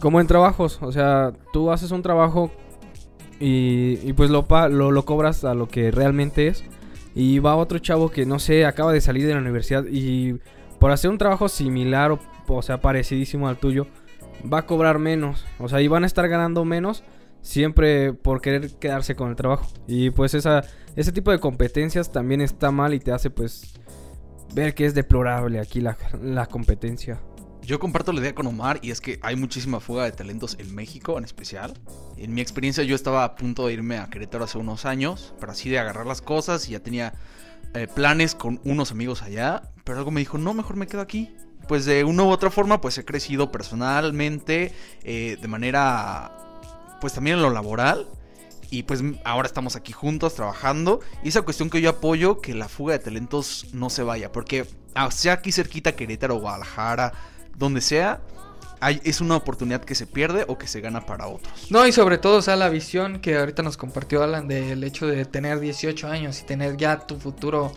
Speaker 2: como en trabajos, o sea, tú haces un trabajo y, y pues lo, pa- lo, lo cobras a lo que realmente es. Y va otro chavo que, no sé, acaba de salir de la universidad y por hacer un trabajo similar o, o sea, parecidísimo al tuyo, va a cobrar menos. O sea, y van a estar ganando menos siempre por querer quedarse con el trabajo. Y pues esa ese tipo de competencias también está mal y te hace pues ver que es deplorable aquí la, la competencia.
Speaker 1: Yo comparto la idea con Omar y es que hay muchísima fuga de talentos en México en especial. En mi experiencia yo estaba a punto de irme a Querétaro hace unos años, pero así de agarrar las cosas y ya tenía eh, planes con unos amigos allá, pero algo me dijo, no, mejor me quedo aquí. Pues de una u otra forma pues he crecido personalmente, eh, de manera pues también en lo laboral. Y pues m- ahora estamos aquí juntos trabajando. Y esa cuestión que yo apoyo, que la fuga de talentos no se vaya. Porque ah, sea aquí cerquita Querétaro, Guadalajara, donde sea, hay- es una oportunidad que se pierde o que se gana para otros.
Speaker 3: No, y sobre todo, o sea, la visión que ahorita nos compartió Alan del hecho de tener 18 años y tener ya tu futuro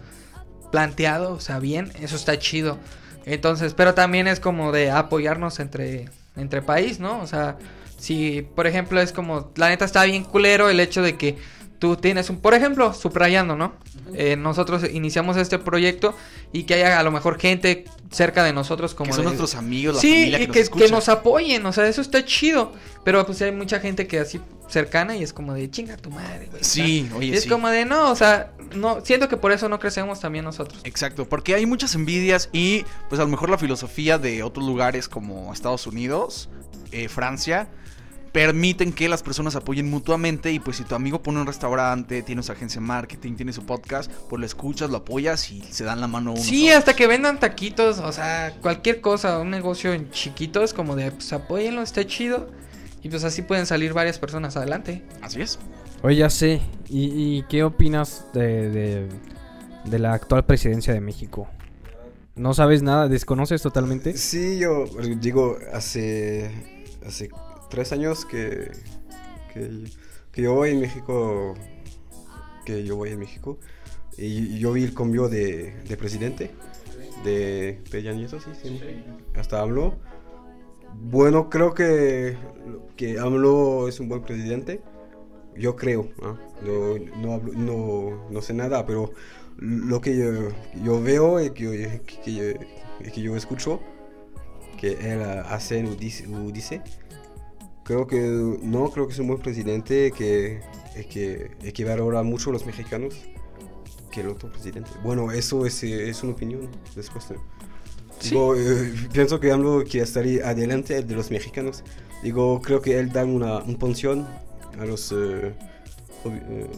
Speaker 3: planteado, o sea, bien, eso está chido. Entonces, pero también es como de apoyarnos entre, entre país, ¿no? O sea, si, por ejemplo, es como, la neta está bien culero el hecho de que tú tienes un, por ejemplo, subrayando, ¿no? Eh, nosotros iniciamos este proyecto y que haya a lo mejor gente cerca de nosotros como
Speaker 1: que son
Speaker 3: de-
Speaker 1: nuestros amigos, la
Speaker 3: sí,
Speaker 1: familia que, nos
Speaker 3: y que, que
Speaker 1: escucha.
Speaker 3: nos apoyen, o sea, eso está chido. Pero pues hay mucha gente que así cercana y es como de chinga tu madre, güey.
Speaker 1: Sí,
Speaker 3: o sea,
Speaker 1: oye,
Speaker 3: y es
Speaker 1: sí.
Speaker 3: como de no, o sea, no, siento que por eso no crecemos también nosotros.
Speaker 1: Exacto, porque hay muchas envidias y pues a lo mejor la filosofía de otros lugares como Estados Unidos, eh, Francia, permiten que las personas apoyen mutuamente y pues si tu amigo pone un restaurante, tiene su agencia de marketing, tiene su podcast, pues lo escuchas, lo apoyas y se dan la mano unos
Speaker 3: Sí,
Speaker 1: a
Speaker 3: hasta que vendan taquitos, o sea, cualquier cosa, un negocio en chiquito es como de, pues apóyenlo, está chido. Y pues así pueden salir varias personas adelante.
Speaker 1: otros. Así es.
Speaker 2: Oye, ya sé. ¿Y, y qué opinas de, de, de la actual presidencia de México? ¿No sabes nada? ¿Desconoces totalmente?
Speaker 4: Sí, yo eh, digo, hace, hace tres años que, que, que yo voy en México, que yo voy en México, y yo vi el cambio de, de presidente, de Peña Nieto, sí, sí, hasta AMLO. Bueno, creo que, que AMLO es un buen presidente, yo creo, ¿ah? no, no, hablo- no, no sé nada, pero lo que yo, yo veo y que, que- que- que yo escucho que él ah, hace o dice, o dice, creo que no creo que es un buen presidente que y que, y que valora mucho a los mexicanos que el otro presidente bueno eso es, eh, es una opinión después ¿no? Digo, eh, pienso que AMLO quiere estar ahí adelante de los mexicanos digo creo que él da una un pensión a los eh, ob- eh,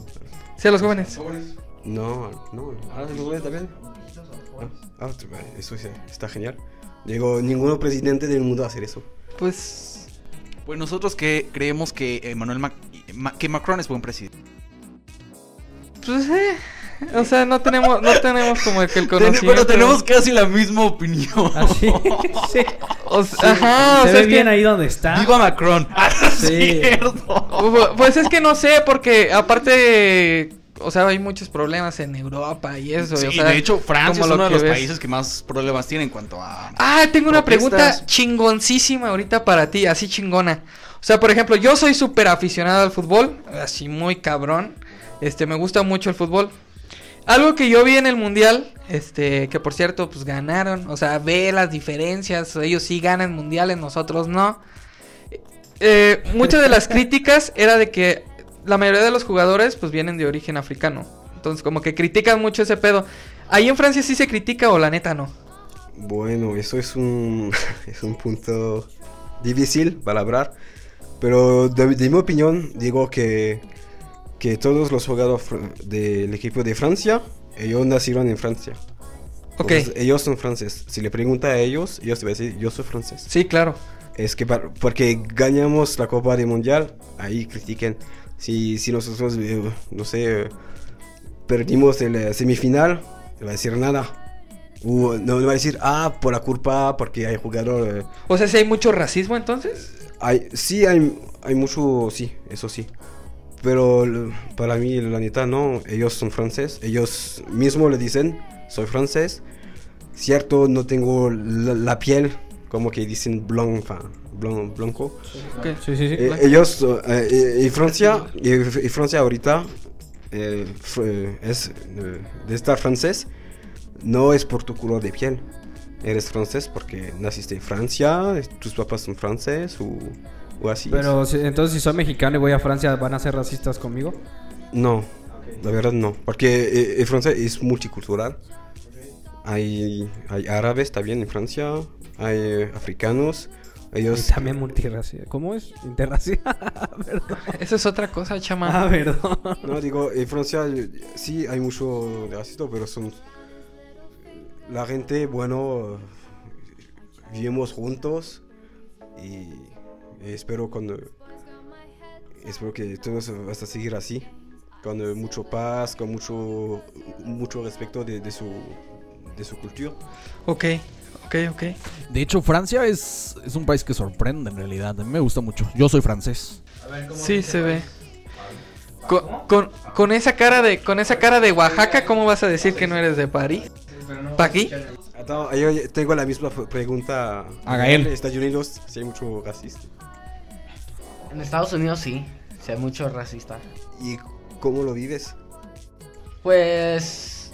Speaker 3: Sí, a los jóvenes.
Speaker 4: no, no, ahora se lo también. Ah, tú- vale, eso sí, está genial. Digo, ningún presidente del mundo va a hacer eso.
Speaker 3: Pues
Speaker 1: Pues nosotros que creemos que Emmanuel Mac- eh, Ma- que Macron es buen presidente.
Speaker 3: Pues eh, o sea, no tenemos, no tenemos como que el conocimiento.
Speaker 1: Pero tenemos casi la misma opinión.
Speaker 2: Así. Ah, sí.
Speaker 3: O sea, ajá, o
Speaker 2: Se
Speaker 3: sea,
Speaker 2: ve
Speaker 3: es
Speaker 2: bien
Speaker 3: que-
Speaker 2: ahí donde está.
Speaker 1: Digo a Macron. Ah,
Speaker 2: Sí.
Speaker 1: cierto.
Speaker 3: pu- Pues es que no sé, porque aparte, o sea, hay muchos problemas en Europa y eso. y,
Speaker 1: Sí,
Speaker 3: o sea,
Speaker 1: de hecho, Francia es
Speaker 3: como
Speaker 1: uno
Speaker 3: lo
Speaker 1: de
Speaker 3: que
Speaker 1: los
Speaker 3: ves.
Speaker 1: países que más problemas tiene en cuanto a.
Speaker 3: Ah, tengo una
Speaker 1: Propuestas.
Speaker 3: pregunta chingoncísima ahorita para ti, así chingona. O sea, por ejemplo, yo soy súper aficionado al fútbol, así muy cabrón. Este, me gusta mucho el fútbol. Algo que yo vi en el mundial, este, que por cierto, pues ganaron. O sea, ve las diferencias. Ellos sí ganan mundiales, nosotros no. Eh, muchas de las críticas era de que la mayoría de los jugadores, pues vienen de origen africano. Entonces, como que critican mucho ese pedo. Ahí en Francia sí se critica o la neta no.
Speaker 4: Bueno, eso es un, es un punto difícil para hablar. Pero de, de mi opinión, digo que, que todos los jugadores fr- del equipo de Francia, ellos nacieron en Francia.
Speaker 3: Ok.
Speaker 4: Entonces, ellos son franceses. Si le pregunta a ellos, ellos te van a decir, yo soy francés.
Speaker 3: Sí, claro.
Speaker 4: Es que par- porque ganamos la Copa de Mundial, ahí critiquen. Si, si nosotros, eh, no sé, eh, perdimos el eh, semifinal, no va a decir nada. O eh, no no va a decir, ah, por la culpa, porque hay jugador. eh,
Speaker 3: O sea, si hay mucho racismo entonces.
Speaker 4: hay, sí, hay, hay mucho, sí, eso sí. Pero l- para mí, la neta, no. Ellos son francés. Ellos mismos le dicen, soy francés. Cierto, no tengo la, la piel, como que dicen blanca, blan- blanco.
Speaker 2: Sí, sí, sí.
Speaker 4: Eh, ellos eh, eh, y Francia y, y Francia ahorita eh, fr- eh, es eh, de estar francés no es por tu color de piel eres francés porque naciste en Francia eh, tus papás son franceses o, o así
Speaker 2: Pero si- entonces si soy mexicano y voy a Francia, ¿van a ser racistas conmigo?
Speaker 4: no la verdad no porque eh, el francés es multicultural hay hay árabes también en Francia hay eh, africanos ellos
Speaker 2: Y también multirracial. ¿Cómo es? Interracial. perdón.
Speaker 3: Eso es otra cosa,
Speaker 2: Ah,
Speaker 3: chama.
Speaker 2: perdón.
Speaker 4: No, digo, en Francia eh, sí hay mucho de racismo, pero son. La gente, bueno, eh, vivimos juntos y, y espero cuando. Espero que todos vas a seguir así, con eh, mucho paz, con mucho, mucho respeto de, de su, de su cultura.
Speaker 3: Ok, ok, ok.
Speaker 6: De hecho, Francia es, es un país que sorprende en realidad. A mí me gusta mucho. Yo soy francés.
Speaker 3: Sí, se ve. Con, con, con esa cara de con esa cara de Oaxaca, ¿cómo vas a decir que no eres de París? ¿Paquí?
Speaker 4: Attends, yo tengo la misma f- pregunta.
Speaker 6: A Gael.
Speaker 4: En Estados Unidos sí hay mucho racista.
Speaker 5: En Estados Unidos sí, se ve mucho racista.
Speaker 4: ¿Y cómo lo vives?
Speaker 5: Pues.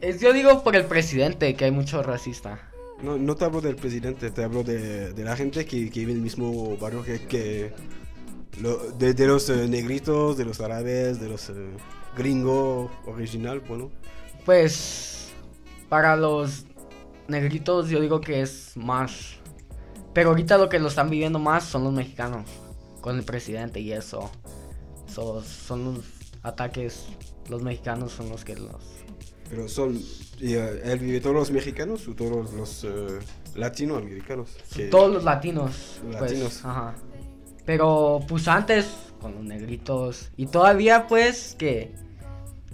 Speaker 5: es- yo digo por el presidente que hay mucho racista.
Speaker 4: No, no te hablo del presidente, te hablo de, de la gente que, que vive en el mismo barrio que... que lo- de, de los eh, negritos, de los árabes, de los eh, gringo original, bueno.
Speaker 5: Pues. Para los negritos, yo digo que es más. Pero ahorita lo que lo están viviendo más son los mexicanos. con el presidente y eso. So, son los ataques, los mexicanos son los que los...
Speaker 4: Pero son. y, eh, ¿Él vive todos los mexicanos o todos los eh, latinoamericanos? Que-
Speaker 5: Todos los latinos.
Speaker 4: Latinos.
Speaker 5: Pues, ajá. Pero pues antes, con los negritos. Y todavía pues que...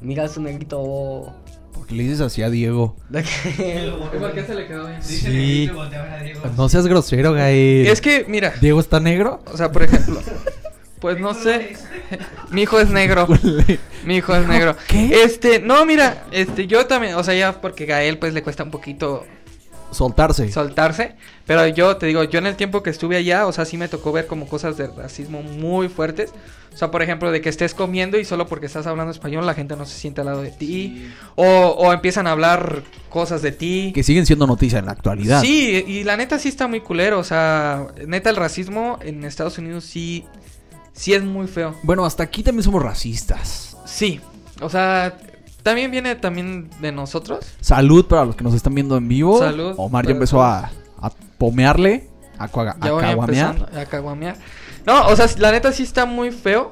Speaker 5: Mira su negrito... oh,
Speaker 1: Porque le dices así a Diego.
Speaker 5: de que-
Speaker 2: qué se le quedó bien?
Speaker 1: Sí. No seas grosero, Gael.
Speaker 3: Es que, mira,
Speaker 1: ¿Diego está negro?
Speaker 3: o sea, por ejemplo, pues no sé. Mi hijo es negro. Mi hijo es negro.
Speaker 1: ¿Qué?
Speaker 3: Este, no, mira, este, yo también, o sea, ya porque Gael pues le cuesta un poquito
Speaker 1: Soltarse.
Speaker 3: soltarse, pero yo te digo, yo en el tiempo que estuve allá, o sea, sí me tocó ver como cosas de racismo muy fuertes. O sea, por ejemplo, de que estés comiendo y solo porque estás hablando español la gente no se siente al lado de ti. O, o empiezan a hablar cosas de ti.
Speaker 1: que siguen siendo noticia en la actualidad.
Speaker 3: Sí, y la neta sí está muy culero. O sea, neta el racismo en Estados Unidos sí, sí es muy feo.
Speaker 1: Bueno, hasta aquí también somos racistas.
Speaker 3: Sí, o sea, también viene también de nosotros.
Speaker 1: Salud para los que nos están viendo en vivo.
Speaker 3: Salud
Speaker 1: Omar ya
Speaker 3: para
Speaker 1: empezó a, a pomearle, a, cuaga- a
Speaker 3: Ya voy
Speaker 1: caguamear.
Speaker 3: empezando a caguamear. No, o sea, la neta sí está muy feo.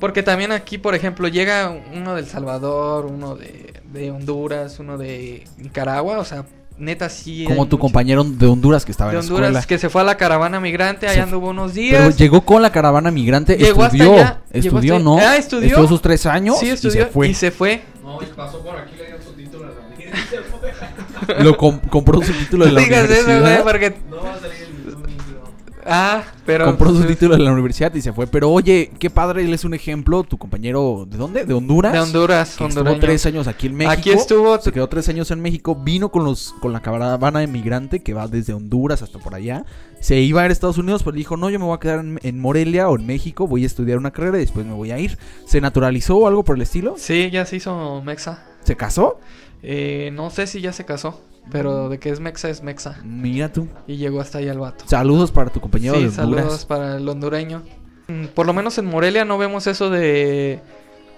Speaker 3: Porque también aquí, por ejemplo, llega uno del Salvador, uno de, de Honduras, uno de Nicaragua. O sea, neta sí.
Speaker 1: Como
Speaker 3: hay
Speaker 1: tu
Speaker 3: mucho-
Speaker 1: compañero de Honduras que estaba
Speaker 3: De
Speaker 1: en la
Speaker 3: Honduras
Speaker 1: escuela.
Speaker 3: que se fue a la caravana migrante, ahí
Speaker 1: Se-
Speaker 3: anduvo unos
Speaker 1: Pero
Speaker 3: días.
Speaker 1: llegó con la caravana migrante,
Speaker 3: Llegó hasta
Speaker 1: estudió,
Speaker 3: allá, llegó
Speaker 1: estudió,
Speaker 3: hasta-
Speaker 1: ¿no?
Speaker 3: Ah, estudió.
Speaker 1: sus tres años
Speaker 3: sí, estudió
Speaker 1: y se fue.
Speaker 2: No, y pasó por aquí, le dieron su título a la
Speaker 1: Lo com- compró su título de la
Speaker 3: Digas eso,
Speaker 1: universidad.
Speaker 3: güey, porque.
Speaker 2: No va a salir el
Speaker 3: Ah, pero.
Speaker 1: compró su título de la universidad y se fue. Pero oye, qué padre, él es un ejemplo. Tu compañero, ¿de dónde? ¿De Honduras?
Speaker 3: De Honduras,
Speaker 1: que
Speaker 3: hondureño.
Speaker 1: estuvo tres años aquí en México.
Speaker 3: Aquí estuvo-
Speaker 1: Se quedó tres años en México. Vino con los con la caravana emigrante que va desde Honduras hasta por allá. Se iba a ir a Estados Unidos, pero dijo: No, yo me voy a quedar en, en Morelia o en México. Voy a estudiar una carrera y después me voy a ir. ¿Se naturalizó o algo por el estilo?
Speaker 3: Sí, ya se hizo Mexa.
Speaker 1: ¿Se casó?
Speaker 3: Eh, no sé si ya se casó, pero de que es Mexa es Mexa.
Speaker 1: Mira tú.
Speaker 3: Y llegó hasta ahí el vato.
Speaker 1: Saludos para tu compañero
Speaker 3: Sí,
Speaker 1: de Honduras.
Speaker 3: saludos para el hondureño. Mm, Por lo menos en Morelia no vemos eso de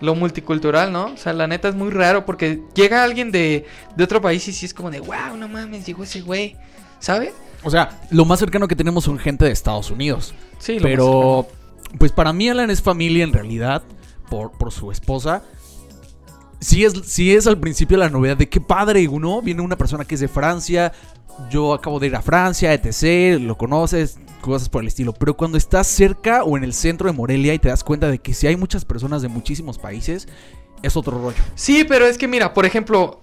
Speaker 3: lo multicultural, ¿no? O sea, la neta es muy raro porque llega alguien de, de otro país y sí es como de, wow, no mames, llegó ese güey. ¿Sabes?
Speaker 1: O sea, lo más cercano que tenemos son gente de Estados Unidos.
Speaker 3: Sí, lo más-
Speaker 1: Pero, pues para mí Alan es familia en realidad, por, por su esposa. Sí es, sí es al principio la novedad de qué padre, ¿no? Viene una persona que es de Francia, yo acabo de ir a Francia, etc., lo conoces, cosas por el estilo. Pero cuando estás cerca o en el centro de Morelia y te das cuenta de que si hay muchas personas de muchísimos países, es otro rollo.
Speaker 3: Sí, pero es que mira, por ejemplo,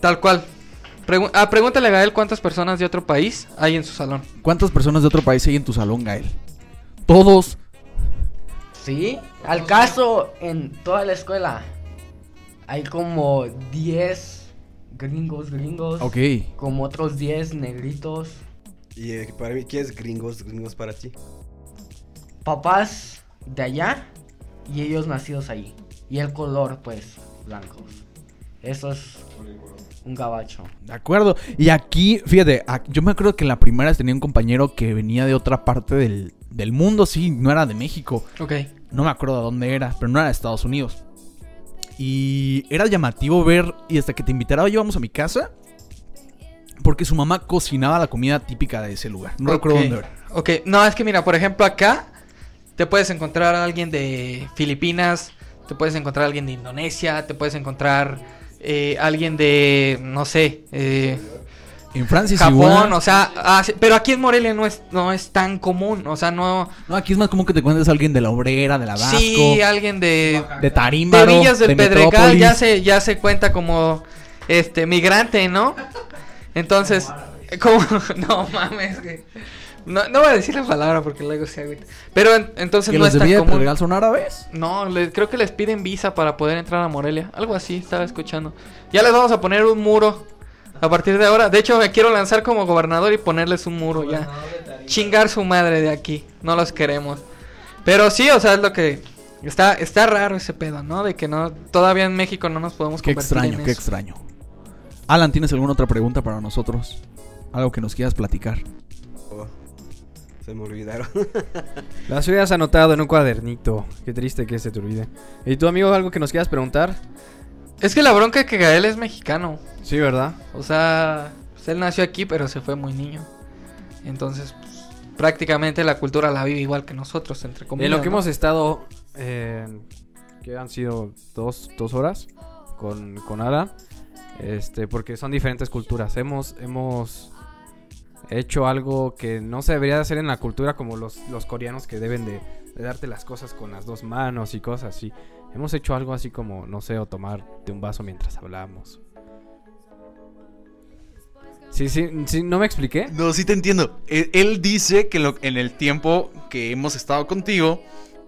Speaker 3: tal cual. Pregu- ah, pregúntale a Gael cuántas personas de otro país hay en su salón.
Speaker 1: ¿Cuántas personas de otro país hay en tu salón, Gael? Todos.
Speaker 5: Sí, al caso en toda la escuela hay como 10 gringos, gringos,
Speaker 1: Ok.
Speaker 5: como otros 10 negritos,
Speaker 4: Y eh, para mí, ¿qué es gringos? Gringos para ti.
Speaker 5: papás de allá y ellos nacidos ahí. Y el color, pues, blancos. Eso es un gabacho.
Speaker 1: De acuerdo. Y aquí, fíjate, a- yo me acuerdo que en la primera tenía un compañero que venía de otra parte del, del mundo, sí, no era de México.
Speaker 3: Ok.
Speaker 1: No me acuerdo de dónde era, pero no era de Estados Unidos. Y era llamativo ver, y hasta que te invitara, oye, vamos a mi casa. Porque su mamá cocinaba la comida típica de ese lugar. No recuerdo
Speaker 3: Ok.
Speaker 1: dónde era.
Speaker 3: Ok, no, es que mira, por ejemplo, acá te puedes encontrar a alguien de Filipinas, te puedes encontrar a alguien de Indonesia, te puedes encontrar eh, alguien de, no sé, eh,
Speaker 1: En Francia sí hubo
Speaker 3: Japón,
Speaker 1: una-
Speaker 3: o sea, ah, sí, pero aquí en Morelia no es, no es tan común, o sea, no...
Speaker 1: No, aquí es más común que te cuentes a alguien de la obrera, de la Vasco,
Speaker 3: Sí, alguien de,
Speaker 1: de
Speaker 3: de
Speaker 1: Tarímbaro,
Speaker 3: Villas del
Speaker 1: de
Speaker 3: Pedregal
Speaker 1: Metrópolis.
Speaker 3: ya se, ya se cuenta como este migrante, ¿no? Entonces, como no mames, güey. No, no voy a decir la palabra porque luego se agüita. Pero en- entonces
Speaker 1: Que
Speaker 3: no
Speaker 1: los
Speaker 3: es
Speaker 1: de
Speaker 3: tan
Speaker 1: Villa del
Speaker 3: común.
Speaker 1: Pedregal son árabes.
Speaker 3: No, le- creo que les piden visa para poder entrar a Morelia. Algo así, estaba escuchando. Ya les vamos a poner un muro a partir de ahora. De hecho, me quiero lanzar como gobernador y ponerles un muro ya. Chingar su madre de aquí. No los queremos. Pero sí, o sea, es lo que. Está, está raro ese pedo, ¿no? De que no todavía en México no nos podemos
Speaker 1: Qué
Speaker 3: convertir
Speaker 1: extraño,
Speaker 3: en
Speaker 1: qué
Speaker 3: eso.
Speaker 1: extraño. Alan, ¿tienes alguna otra pregunta para nosotros? Algo que nos quieras platicar.
Speaker 4: Oh, se me olvidaron.
Speaker 2: Las hubieras anotado en un cuadernito. Qué triste que se te olvide. ¿Y tú, amigo, algo que nos quieras preguntar?
Speaker 3: Es que la bronca es que Gael es mexicano.
Speaker 2: Sí, ¿verdad?
Speaker 3: O sea, pues, él nació aquí, pero se fue muy niño. Entonces, pues, prácticamente la cultura la vive igual que nosotros, entre comillas.
Speaker 2: En lo que
Speaker 3: ¿no?
Speaker 2: hemos estado, eh, que han sido dos, dos horas con, con Adam, este, porque son diferentes culturas. Hemos, hemos hecho algo que no se debería de hacer en la cultura como los, los coreanos que deben de, de darte las cosas con las dos manos y cosas así. Hemos hecho algo así como, no sé, o tomar de un vaso mientras hablamos. Sí, sí, sí, no me expliqué.
Speaker 1: No, sí te entiendo. Él, él dice que lo- en el tiempo que hemos estado contigo,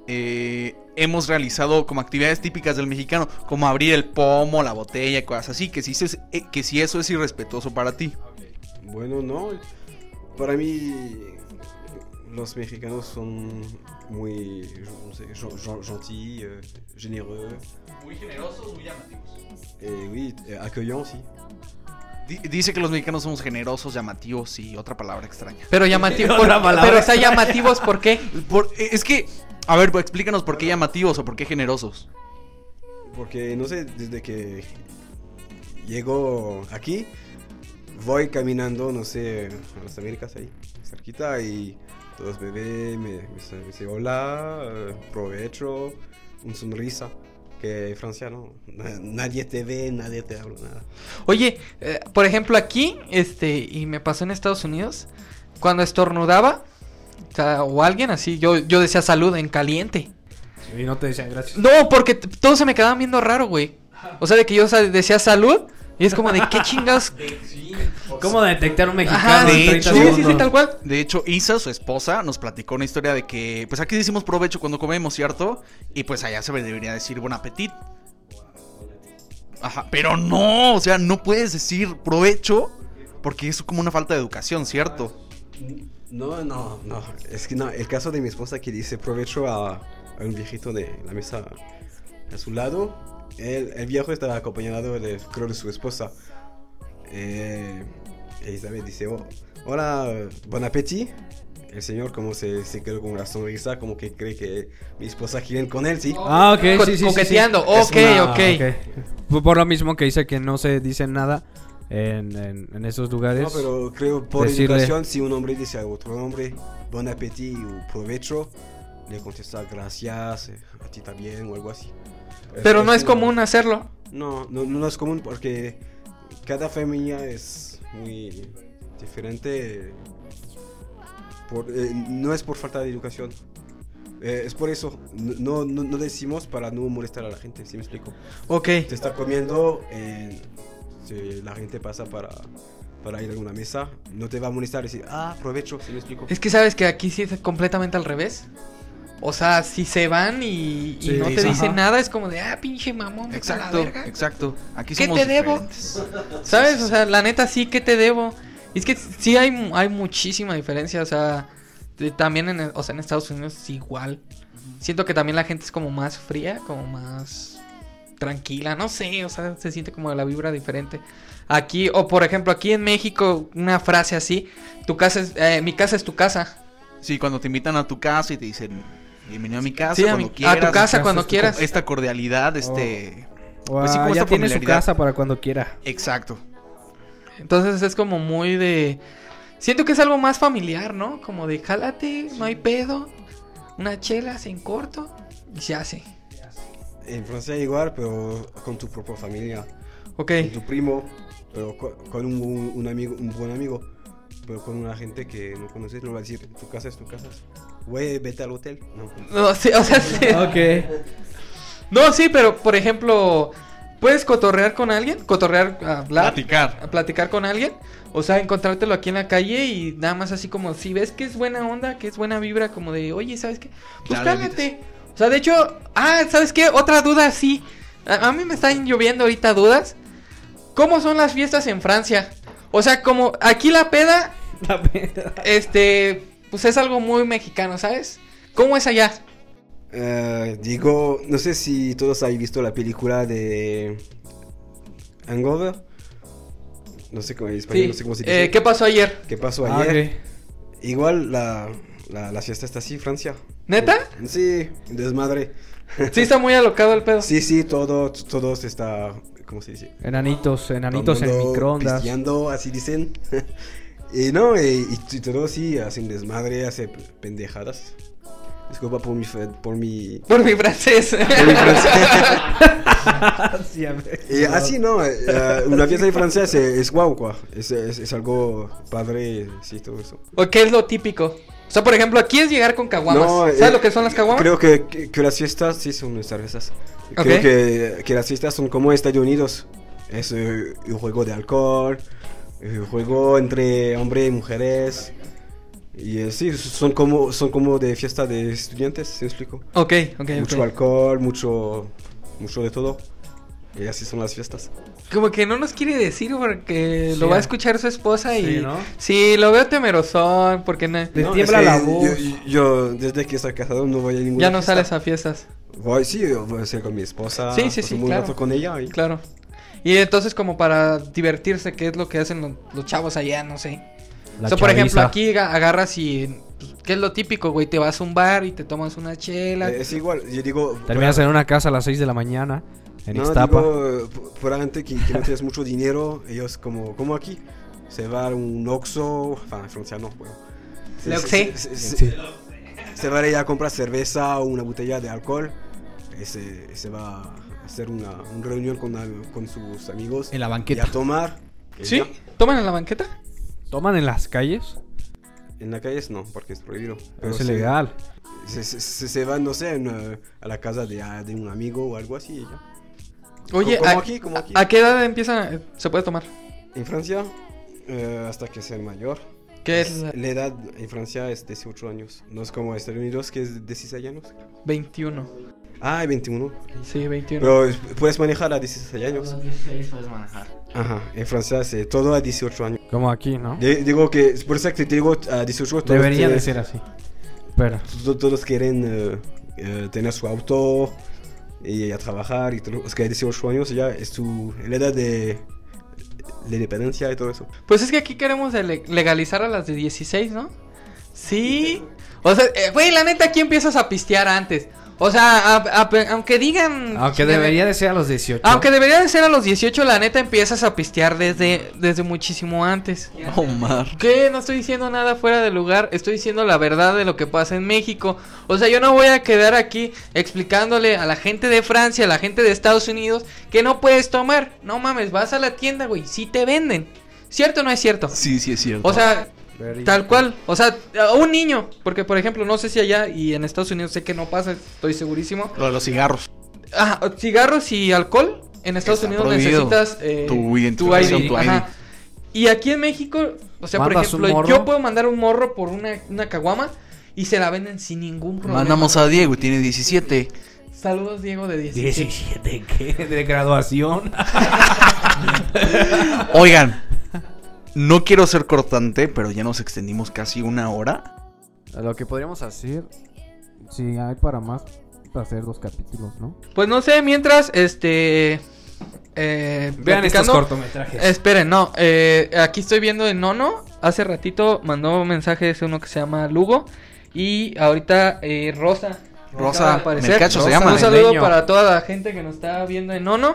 Speaker 1: eh, hemos realizado como actividades típicas del mexicano, como abrir el pomo, la botella, cosas así, que si, eso es- eh, que si eso es irrespetuoso para ti.
Speaker 4: Bueno, no. Para mí, los mexicanos son muy no sé, gen- gen- gentils, euh, généreux,
Speaker 1: Muy generosos, muy llamativos.
Speaker 4: et oui, eh, accueillants aussi.
Speaker 1: Dice que los mexicanos somos generosos, llamativos y otra palabra extraña.
Speaker 3: Pero llamativos. pero está llamativos, ¿por qué?
Speaker 1: Por- eh, es que, a ver, pues, explícanos por qué llamativos o por qué generosos.
Speaker 4: Porque, no sé, desde que llego aquí, voy caminando, no sé, a las Américas ahí, cerquita, y todos bebés me, me, sa- me dicen hola, eh, provecho, un sonrisa. Que en Francia no, na- nadie te ve, nadie te habla, nada.
Speaker 3: Oye, eh, por ejemplo, aquí, este, y me pasó en Estados Unidos, cuando estornudaba, o, sea, o alguien así, yo, yo decía salud en caliente.
Speaker 2: Y no te decían gracias.
Speaker 3: No, porque t- todos se me quedaban viendo raro, güey. O sea, de que yo o sea, decía salud, y es como de qué chingados.
Speaker 2: ¿Cómo detectar un mexicano
Speaker 3: Ajá,
Speaker 1: de
Speaker 2: en 30
Speaker 1: hecho.
Speaker 3: sí, sí, sí,
Speaker 2: segundos?
Speaker 3: tal cual.
Speaker 1: De hecho, Isa, su esposa, nos platicó una historia de que, pues aquí decimos provecho cuando comemos, ¿cierto? Y pues allá se debería decir buen apetit. Ajá, pero no, o sea, no puedes decir provecho porque es como una falta de educación, ¿cierto?
Speaker 4: No, no, no. Es que no, el caso de mi esposa que dice provecho a, a un viejito de la mesa a su lado. El, el viejo estaba acompañado de, creo, de su esposa. Eh, Elizabeth dice, "Oh, hola, eh, bon appétit. El señor como se, se quedó con una sonrisa, como que cree que mi esposa quiere con él, sí.
Speaker 2: Ah, ok, sí,
Speaker 3: Co-
Speaker 2: sí, sí, sí.
Speaker 3: coqueteando.
Speaker 4: Es
Speaker 3: Ok,
Speaker 4: una-
Speaker 3: ok.
Speaker 2: Ok. Fue Por lo mismo que dice que no se dice nada en, en- en esos lugares.
Speaker 4: No, pero creo por
Speaker 2: decirle-
Speaker 4: educación, si un hombre dice a otro hombre, bon appétit o provecho, le contesta gracias, eh, a ti también o algo así.
Speaker 3: Pero no es
Speaker 2: Este-
Speaker 4: una-
Speaker 3: común hacerlo.
Speaker 4: No, no, no es común porque cada familia es muy diferente. eh, por- eh, no es por falta de educación. Eh, es por eso. No, no, no decimos para no molestar a la gente, si me explico.
Speaker 3: Ok.
Speaker 4: Te está comiendo, eh, si la gente pasa para, para ir a una mesa. No te va a molestar decir, ah, provecho, si me explico.
Speaker 3: Es que sabes que aquí sí es completamente al revés. O sea, si se van y, y
Speaker 2: Sí,
Speaker 3: no te
Speaker 2: sí,
Speaker 3: dicen
Speaker 2: ajá.
Speaker 3: nada, es como de, ah, pinche mamón. vete a la
Speaker 1: Exacto,
Speaker 3: verga".
Speaker 1: exacto. Aquí
Speaker 3: ¿Qué
Speaker 1: somos
Speaker 3: te debo?
Speaker 1: diferentes.
Speaker 3: ¿Sabes? O sea, la neta sí que te debo. Y Es que sí hay, mu- hay muchísima diferencia. O sea, de- también en, o sea, en Estados Unidos es igual. Siento que también la gente es como más fría, como más tranquila, no sé, o sea, se siente como la vibra diferente. Aquí, o por ejemplo, aquí en México, una frase así, tu casa es, eh, mi casa es tu casa.
Speaker 1: Sí, cuando te invitan a tu casa y te dicen, bienvenido a mi casa,
Speaker 3: Sí, a,
Speaker 1: cuando
Speaker 3: mi- a
Speaker 1: quieras. este,
Speaker 3: tu casa
Speaker 2: es
Speaker 3: cuando
Speaker 2: tu
Speaker 3: quieras. Oh.
Speaker 1: Esta cordialidad, este...
Speaker 2: O,
Speaker 1: Pues sí,
Speaker 2: ah,
Speaker 1: como
Speaker 2: ya
Speaker 1: esta
Speaker 2: tiene su
Speaker 1: familiaridad.
Speaker 2: casa para cuando quiera.
Speaker 1: Exacto.
Speaker 3: Entonces es como muy de. Siento que es algo más familiar, ¿no? Como de jálate, no hay pedo, una chela en corto y se hace.
Speaker 4: En Francia igual, pero con tu propia familia.
Speaker 3: Ok,
Speaker 4: con tu primo, pero co- con un, un- un amigo, un buen amigo, pero con una gente que no conoces, no va a decir, tu casa es tu casa. Güey, vete al hotel. No.
Speaker 3: no, sí, o sea, sí.
Speaker 2: Ok.
Speaker 3: no, sí, pero por ejemplo, puedes cotorrear con alguien, cotorrear, hablar,
Speaker 1: Platicar.
Speaker 3: a platicar con alguien, o sea, encontrártelo aquí en la calle y nada más así como si ves que es buena onda, que es buena vibra, como de, oye, ¿sabes qué? Pues
Speaker 1: Ya le
Speaker 3: cálmate. O sea, de hecho, ah, ¿sabes qué? Otra duda, sí. A, a mí me están lloviendo ahorita dudas. ¿Cómo son las fiestas en Francia? O sea, como aquí la peda, este, pues es algo muy mexicano, ¿sabes? ¿Cómo es allá?
Speaker 4: Eh, digo, no sé si todos habéis visto la película de Hangover. No sé cómo en español,
Speaker 3: Sí.
Speaker 4: Pues no sé cómo se dice.
Speaker 3: Eh, ¿Qué pasó ayer?
Speaker 4: ¿Qué pasó
Speaker 2: Ah,
Speaker 4: Pues ayer?
Speaker 2: ok.
Speaker 4: Igual la, la, la fiesta está así, en Francia. Eh,
Speaker 3: ¿Neta?
Speaker 4: Sí, desmadre.
Speaker 3: Sí está muy alocado el pedo.
Speaker 4: Sí, sí, todo, todo está, ¿cómo se dice?
Speaker 2: Enanitos, enanitos en
Speaker 4: Tomando,
Speaker 2: microondas.
Speaker 4: pisteando, así dicen. Y no, y, y todo sí, hacen desmadre, hace pendejadas. Disculpa por mi, fe- por mi
Speaker 3: Por mi francés.
Speaker 4: por mi francés.
Speaker 2: Siempre.
Speaker 4: Y así, ¿no? Eh, eh, una fiesta de francés eh, es guau, quoi. Es, es, es algo padre, sí, todo eso.
Speaker 3: ¿O qué es lo típico? O sea, por ejemplo, aquí es llegar con caguamas.
Speaker 4: No,
Speaker 3: ¿Sabes
Speaker 4: eh,
Speaker 3: lo que son las caguamas?
Speaker 4: Creo que, que, que las fiestas, sí, son nuestras fiestas.
Speaker 3: Ok.
Speaker 4: Creo que, que las fiestas son como Estados Unidos. Es eh, un juego de alcohol, eh, un juego entre hombres y mujeres. Y eh, sí, son como, son como de fiesta de estudiantes, ¿se explico?
Speaker 3: Ok, ok,
Speaker 4: Mucho
Speaker 3: ok.
Speaker 4: alcohol, mucho, mucho de todo. Y así son las fiestas.
Speaker 3: Como que no nos quiere decir porque
Speaker 2: Sí,
Speaker 3: lo va a
Speaker 2: ah.
Speaker 3: escuchar su esposa y...
Speaker 2: Sí, ¿no?
Speaker 3: Sí, lo veo temerosón porque na-
Speaker 2: Le
Speaker 4: No,
Speaker 2: tiembla
Speaker 4: es que
Speaker 2: la
Speaker 4: yo-
Speaker 2: voz.
Speaker 4: Yo, yo desde que estoy casado no voy a ninguna
Speaker 3: ya no
Speaker 4: fiesta.
Speaker 3: sales a fiestas.
Speaker 4: Voy, sí, voy a ser con mi esposa.
Speaker 3: Sí, sí,
Speaker 4: paso
Speaker 3: sí,
Speaker 4: un buen
Speaker 3: claro.
Speaker 4: rato con ella. y-
Speaker 3: Claro. Y entonces como para divertirse, ¿qué es lo que hacen lo- los chavos allá? No sé.
Speaker 2: La
Speaker 3: o sea, por ejemplo,
Speaker 2: chaviza.
Speaker 3: aquí aga- agarras y... pues, ¿Qué es lo típico, güey? Te vas a un bar y te tomas una chela.
Speaker 4: Eh, Es igual, yo digo...
Speaker 2: Terminas
Speaker 4: para-
Speaker 2: en una casa a las 6 de la mañana en
Speaker 4: no,
Speaker 2: Iztapa.
Speaker 4: digo, eh, p- para gente que, que no tienes mucho dinero, ellos como, como aquí, se va a un Oxxo, enfin, en Francia no, bueno. Se,
Speaker 3: Le
Speaker 4: se-
Speaker 3: Oxxé.
Speaker 4: se- se-
Speaker 2: Sí.
Speaker 4: se va a ir a comprar cerveza o una botella de alcohol, y se, se va a hacer una, una reunión con, al- con sus amigos.
Speaker 6: En la
Speaker 4: y
Speaker 6: banqueta.
Speaker 4: a tomar. y
Speaker 3: ¿Sí?
Speaker 4: ya.
Speaker 3: ¿Toman en la banqueta?
Speaker 2: ¿Toman en las calles?
Speaker 4: En la calle es no, porque es prohibido.
Speaker 2: Pero es
Speaker 4: se-
Speaker 2: ilegal.
Speaker 4: Se, se, se- se van, no sé, en, eh, a la casa de, a- de un amigo o algo así. y ya.
Speaker 3: Oye,
Speaker 4: Como
Speaker 3: ¿a,
Speaker 4: aquí, como
Speaker 3: a-
Speaker 4: aquí.
Speaker 3: ¿a qué edad empieza? eh, Se puede tomar.
Speaker 4: En Francia, eh, hasta que sea mayor.
Speaker 3: ¿Qué es?
Speaker 4: La edad en Francia es 18 años. No es como Estados Unidos, que es 16 años.
Speaker 3: 21.
Speaker 4: Ah, y 21.
Speaker 3: Sí, 21.
Speaker 4: Pero es- puedes manejar a 16 años.
Speaker 2: Ah.
Speaker 4: Ajá, en Francia es todo a 18 años.
Speaker 2: Como aquí, ¿no?
Speaker 4: De- digo que, es por eso que te digo a 18 todos
Speaker 2: Debería
Speaker 4: te-
Speaker 2: de ser así. Pero
Speaker 4: to- todos quieren eh, eh, tener su auto y a trabajar y todo. Es que a 18 años ya es tu la edad de la independencia y todo eso.
Speaker 3: Pues es que aquí queremos ele- legalizar a las de 16, ¿no? Sí. O sea, eh, güey, la neta aquí empiezas a pistear antes. O sea, a- a- aunque digan...
Speaker 2: aunque debería de ser a los 18.
Speaker 3: Aunque debería de ser a los 18, la neta empiezas a pistear desde, desde muchísimo antes.
Speaker 1: Omar.
Speaker 3: ¿Qué? No estoy diciendo nada fuera de lugar, estoy diciendo la verdad de lo que pasa en México. O sea, yo no voy a quedar aquí explicándole a la gente de Francia, a la gente de Estados Unidos, que no puedes tomar. No mames, vas a la tienda, güey, si te venden. ¿Cierto o no es cierto?
Speaker 1: Sí, sí es cierto.
Speaker 3: O sea,
Speaker 2: Very-
Speaker 3: tal cual. O sea, a un niño, porque por ejemplo, no sé si allá y en Estados Unidos sé que no pasa, estoy segurísimo.
Speaker 1: lo de los cigarros.
Speaker 3: Ah, cigarros y alcohol. En Estados
Speaker 1: Está
Speaker 3: Unidos
Speaker 1: prohibido.
Speaker 3: necesitas eh,
Speaker 1: Tu identificación, tu ID.
Speaker 3: ajá. Y aquí en México, o sea, por
Speaker 2: Mandas un
Speaker 3: ejemplo,
Speaker 2: morro.
Speaker 3: yo puedo mandar un morro por una, una caguama y se la venden sin ningún problema.
Speaker 1: Mandamos a Diego y tiene 17.
Speaker 3: Saludos, Diego, de 17.
Speaker 2: 17, ¿qué? De graduación.
Speaker 1: Oigan, no quiero ser cortante, pero ya nos extendimos casi una hora.
Speaker 2: Lo que podríamos hacer, si hay para más, hacer dos capítulos, ¿no?
Speaker 3: Pues no sé, mientras, este... eh,
Speaker 2: Vean estos
Speaker 3: platicando-
Speaker 2: cortometrajes.
Speaker 3: Esperen, no. eh, aquí estoy viendo el Nono. Hace ratito mandó un mensaje, es uno que se llama Lugo. Y ahorita eh, Rosa.
Speaker 1: Rosa
Speaker 3: acaba de aparecer.
Speaker 1: Melcacho se
Speaker 2: Rosa
Speaker 1: llama.
Speaker 3: Un saludo
Speaker 2: Leño.
Speaker 3: para toda la gente que nos está viendo en Nono.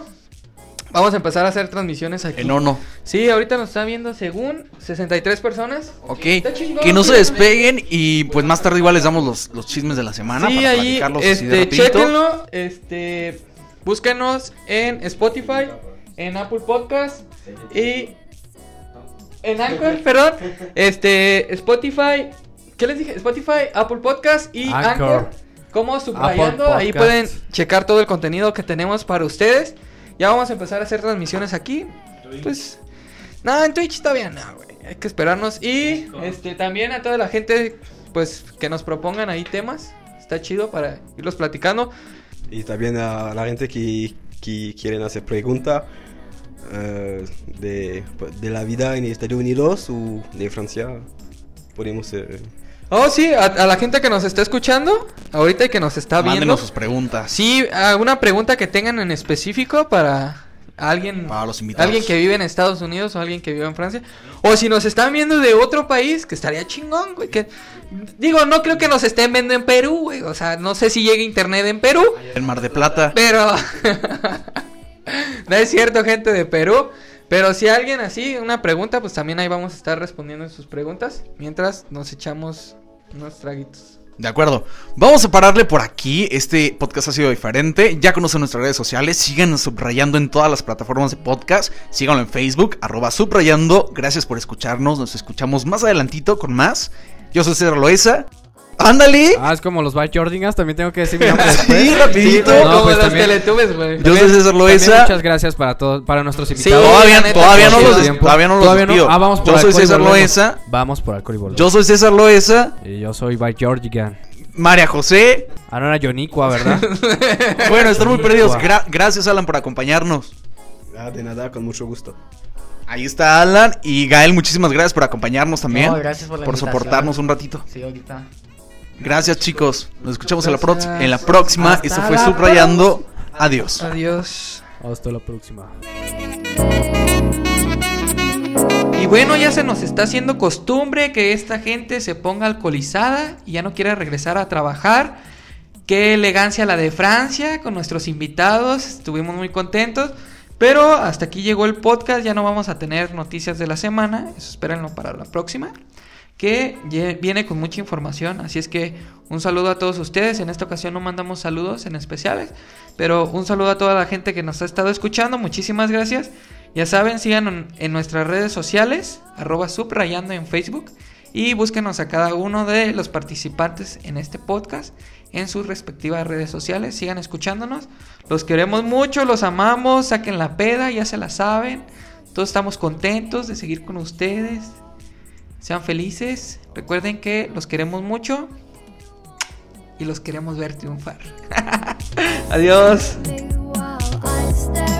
Speaker 3: Vamos a empezar a hacer transmisiones aquí.
Speaker 1: El ono.
Speaker 3: Sí, ahorita nos está viendo según 63 personas.
Speaker 1: Ok.
Speaker 3: Está chingón,
Speaker 1: Que no se
Speaker 3: güey.
Speaker 1: despeguen y pues más tarde igual les damos los, los chismes de la semana.
Speaker 3: sí,
Speaker 1: Ah, para
Speaker 3: ahí,
Speaker 1: platicarlos así de
Speaker 3: este,
Speaker 1: rapidito.
Speaker 3: chéquenlo, este, búsquenos en Spotify, en Apple Podcast y en Anchor, perdón, este, Spotify, ¿qué les dije? Spotify, Apple Podcast y Anchor,
Speaker 2: Anchor.
Speaker 1: Ah,
Speaker 3: como subrayando, ahí
Speaker 2: Podcast.
Speaker 3: pueden checar todo el contenido que tenemos para ustedes, ya vamos a empezar a hacer transmisiones aquí, pues, nada, en Twitch todavía no, güey, hay que esperarnos y, este, también a toda la gente pues que nos propongan ahí temas. Está chido para irlos platicando.
Speaker 4: Y también a la gente que, que quieren hacer preguntas eh, de, de la vida en Estados Unidos o de Francia, podemos... eh,
Speaker 3: Oh, sí, a, a la gente que nos está escuchando ahorita y que nos está viendo.
Speaker 1: Mándenos sus preguntas.
Speaker 3: Sí, alguna pregunta que tengan en específico para alguien.
Speaker 1: Para los invitados.
Speaker 3: Alguien que vive en Estados Unidos o alguien que vive en Francia. O si nos están viendo de otro país, que estaría chingón, güey. Que... Digo, no creo que nos estén viendo en Perú, güey. O sea, no sé si llegue internet en Perú.
Speaker 1: El Mar de Plata.
Speaker 3: Pero. no es cierto, gente de Perú. Pero si alguien así, una pregunta, pues también ahí vamos a estar respondiendo sus preguntas. Mientras nos echamos unos traguitos.
Speaker 1: De acuerdo. Vamos a pararle por aquí. Este podcast ha sido diferente. Ya conocen nuestras redes sociales. Sigan subrayando en todas las plataformas de podcast. Síganlo en Facebook, arroba subrayando. Gracias por escucharnos. Nos escuchamos más adelantito con más. Yo soy César Loesa. ¡Ándale!
Speaker 2: Ah, es como los Bad Jordingas, también tengo que decir mi nombre después.
Speaker 1: sí, rapidito.
Speaker 2: No,
Speaker 3: como
Speaker 2: pues
Speaker 3: los
Speaker 2: también-
Speaker 3: teletubes, güey.
Speaker 1: Yo soy César
Speaker 2: También
Speaker 1: Loesa.
Speaker 2: muchas gracias para todos, para nuestros invitados.
Speaker 1: Todavía,
Speaker 3: la neta,
Speaker 1: todavía no
Speaker 3: sí,
Speaker 1: los,
Speaker 3: sí,
Speaker 1: des-
Speaker 2: tiempo.
Speaker 1: todavía no los
Speaker 2: Todavía
Speaker 1: despido.
Speaker 2: Ah, vamos por
Speaker 1: Yo soy
Speaker 2: alcohol y
Speaker 1: César
Speaker 2: volvemos.
Speaker 1: Loesa.
Speaker 2: Vamos por alcohol y volvemos.
Speaker 1: Yo soy César Loesa.
Speaker 2: Y yo soy By Georgigan.
Speaker 1: María José.
Speaker 2: Ah, no era Yonicua, ¿verdad?
Speaker 1: Bueno, están muy perdidos.
Speaker 2: Guau.
Speaker 1: Gra- gracias, Alan, por acompañarnos.
Speaker 4: Ah, de nada, con mucho gusto.
Speaker 1: Ahí está Alan. Y Gael, muchísimas gracias por acompañarnos también.
Speaker 5: No, gracias por la
Speaker 1: por
Speaker 5: invitación.
Speaker 1: soportarnos un ratito.
Speaker 5: Sí, ahorita.
Speaker 1: Gracias, chicos. Nos escuchamos en la, prox-
Speaker 3: Gracias.
Speaker 1: en la próxima.
Speaker 5: Hasta
Speaker 1: Esto fue
Speaker 5: la
Speaker 1: Subrayando. Adiós.
Speaker 3: Adiós.
Speaker 2: Hasta la próxima.
Speaker 3: Y bueno, ya se nos está haciendo costumbre que esta gente se ponga alcoholizada y ya no quiera regresar a trabajar. Qué elegancia la de Francia con nuestros invitados, estuvimos muy contentos. Pero hasta aquí llegó el podcast, ya no vamos a tener noticias de la semana, eso espérenlo para la próxima, que ye- viene con mucha información. Así es que un saludo a todos ustedes, en esta ocasión no mandamos saludos en especiales, pero un saludo a toda la gente que nos ha estado escuchando, muchísimas gracias. Ya saben, sigan en, en nuestras redes sociales, arroba subrayando en Facebook, y búsquenos a cada uno de los participantes en este podcast en sus respectivas redes sociales. Sigan escuchándonos, los queremos mucho, los amamos, saquen la peda, ya se la saben. Todos estamos contentos de seguir con ustedes. Sean felices, recuerden que los queremos mucho y los queremos ver triunfar. Adiós.
Speaker 7: while I stand.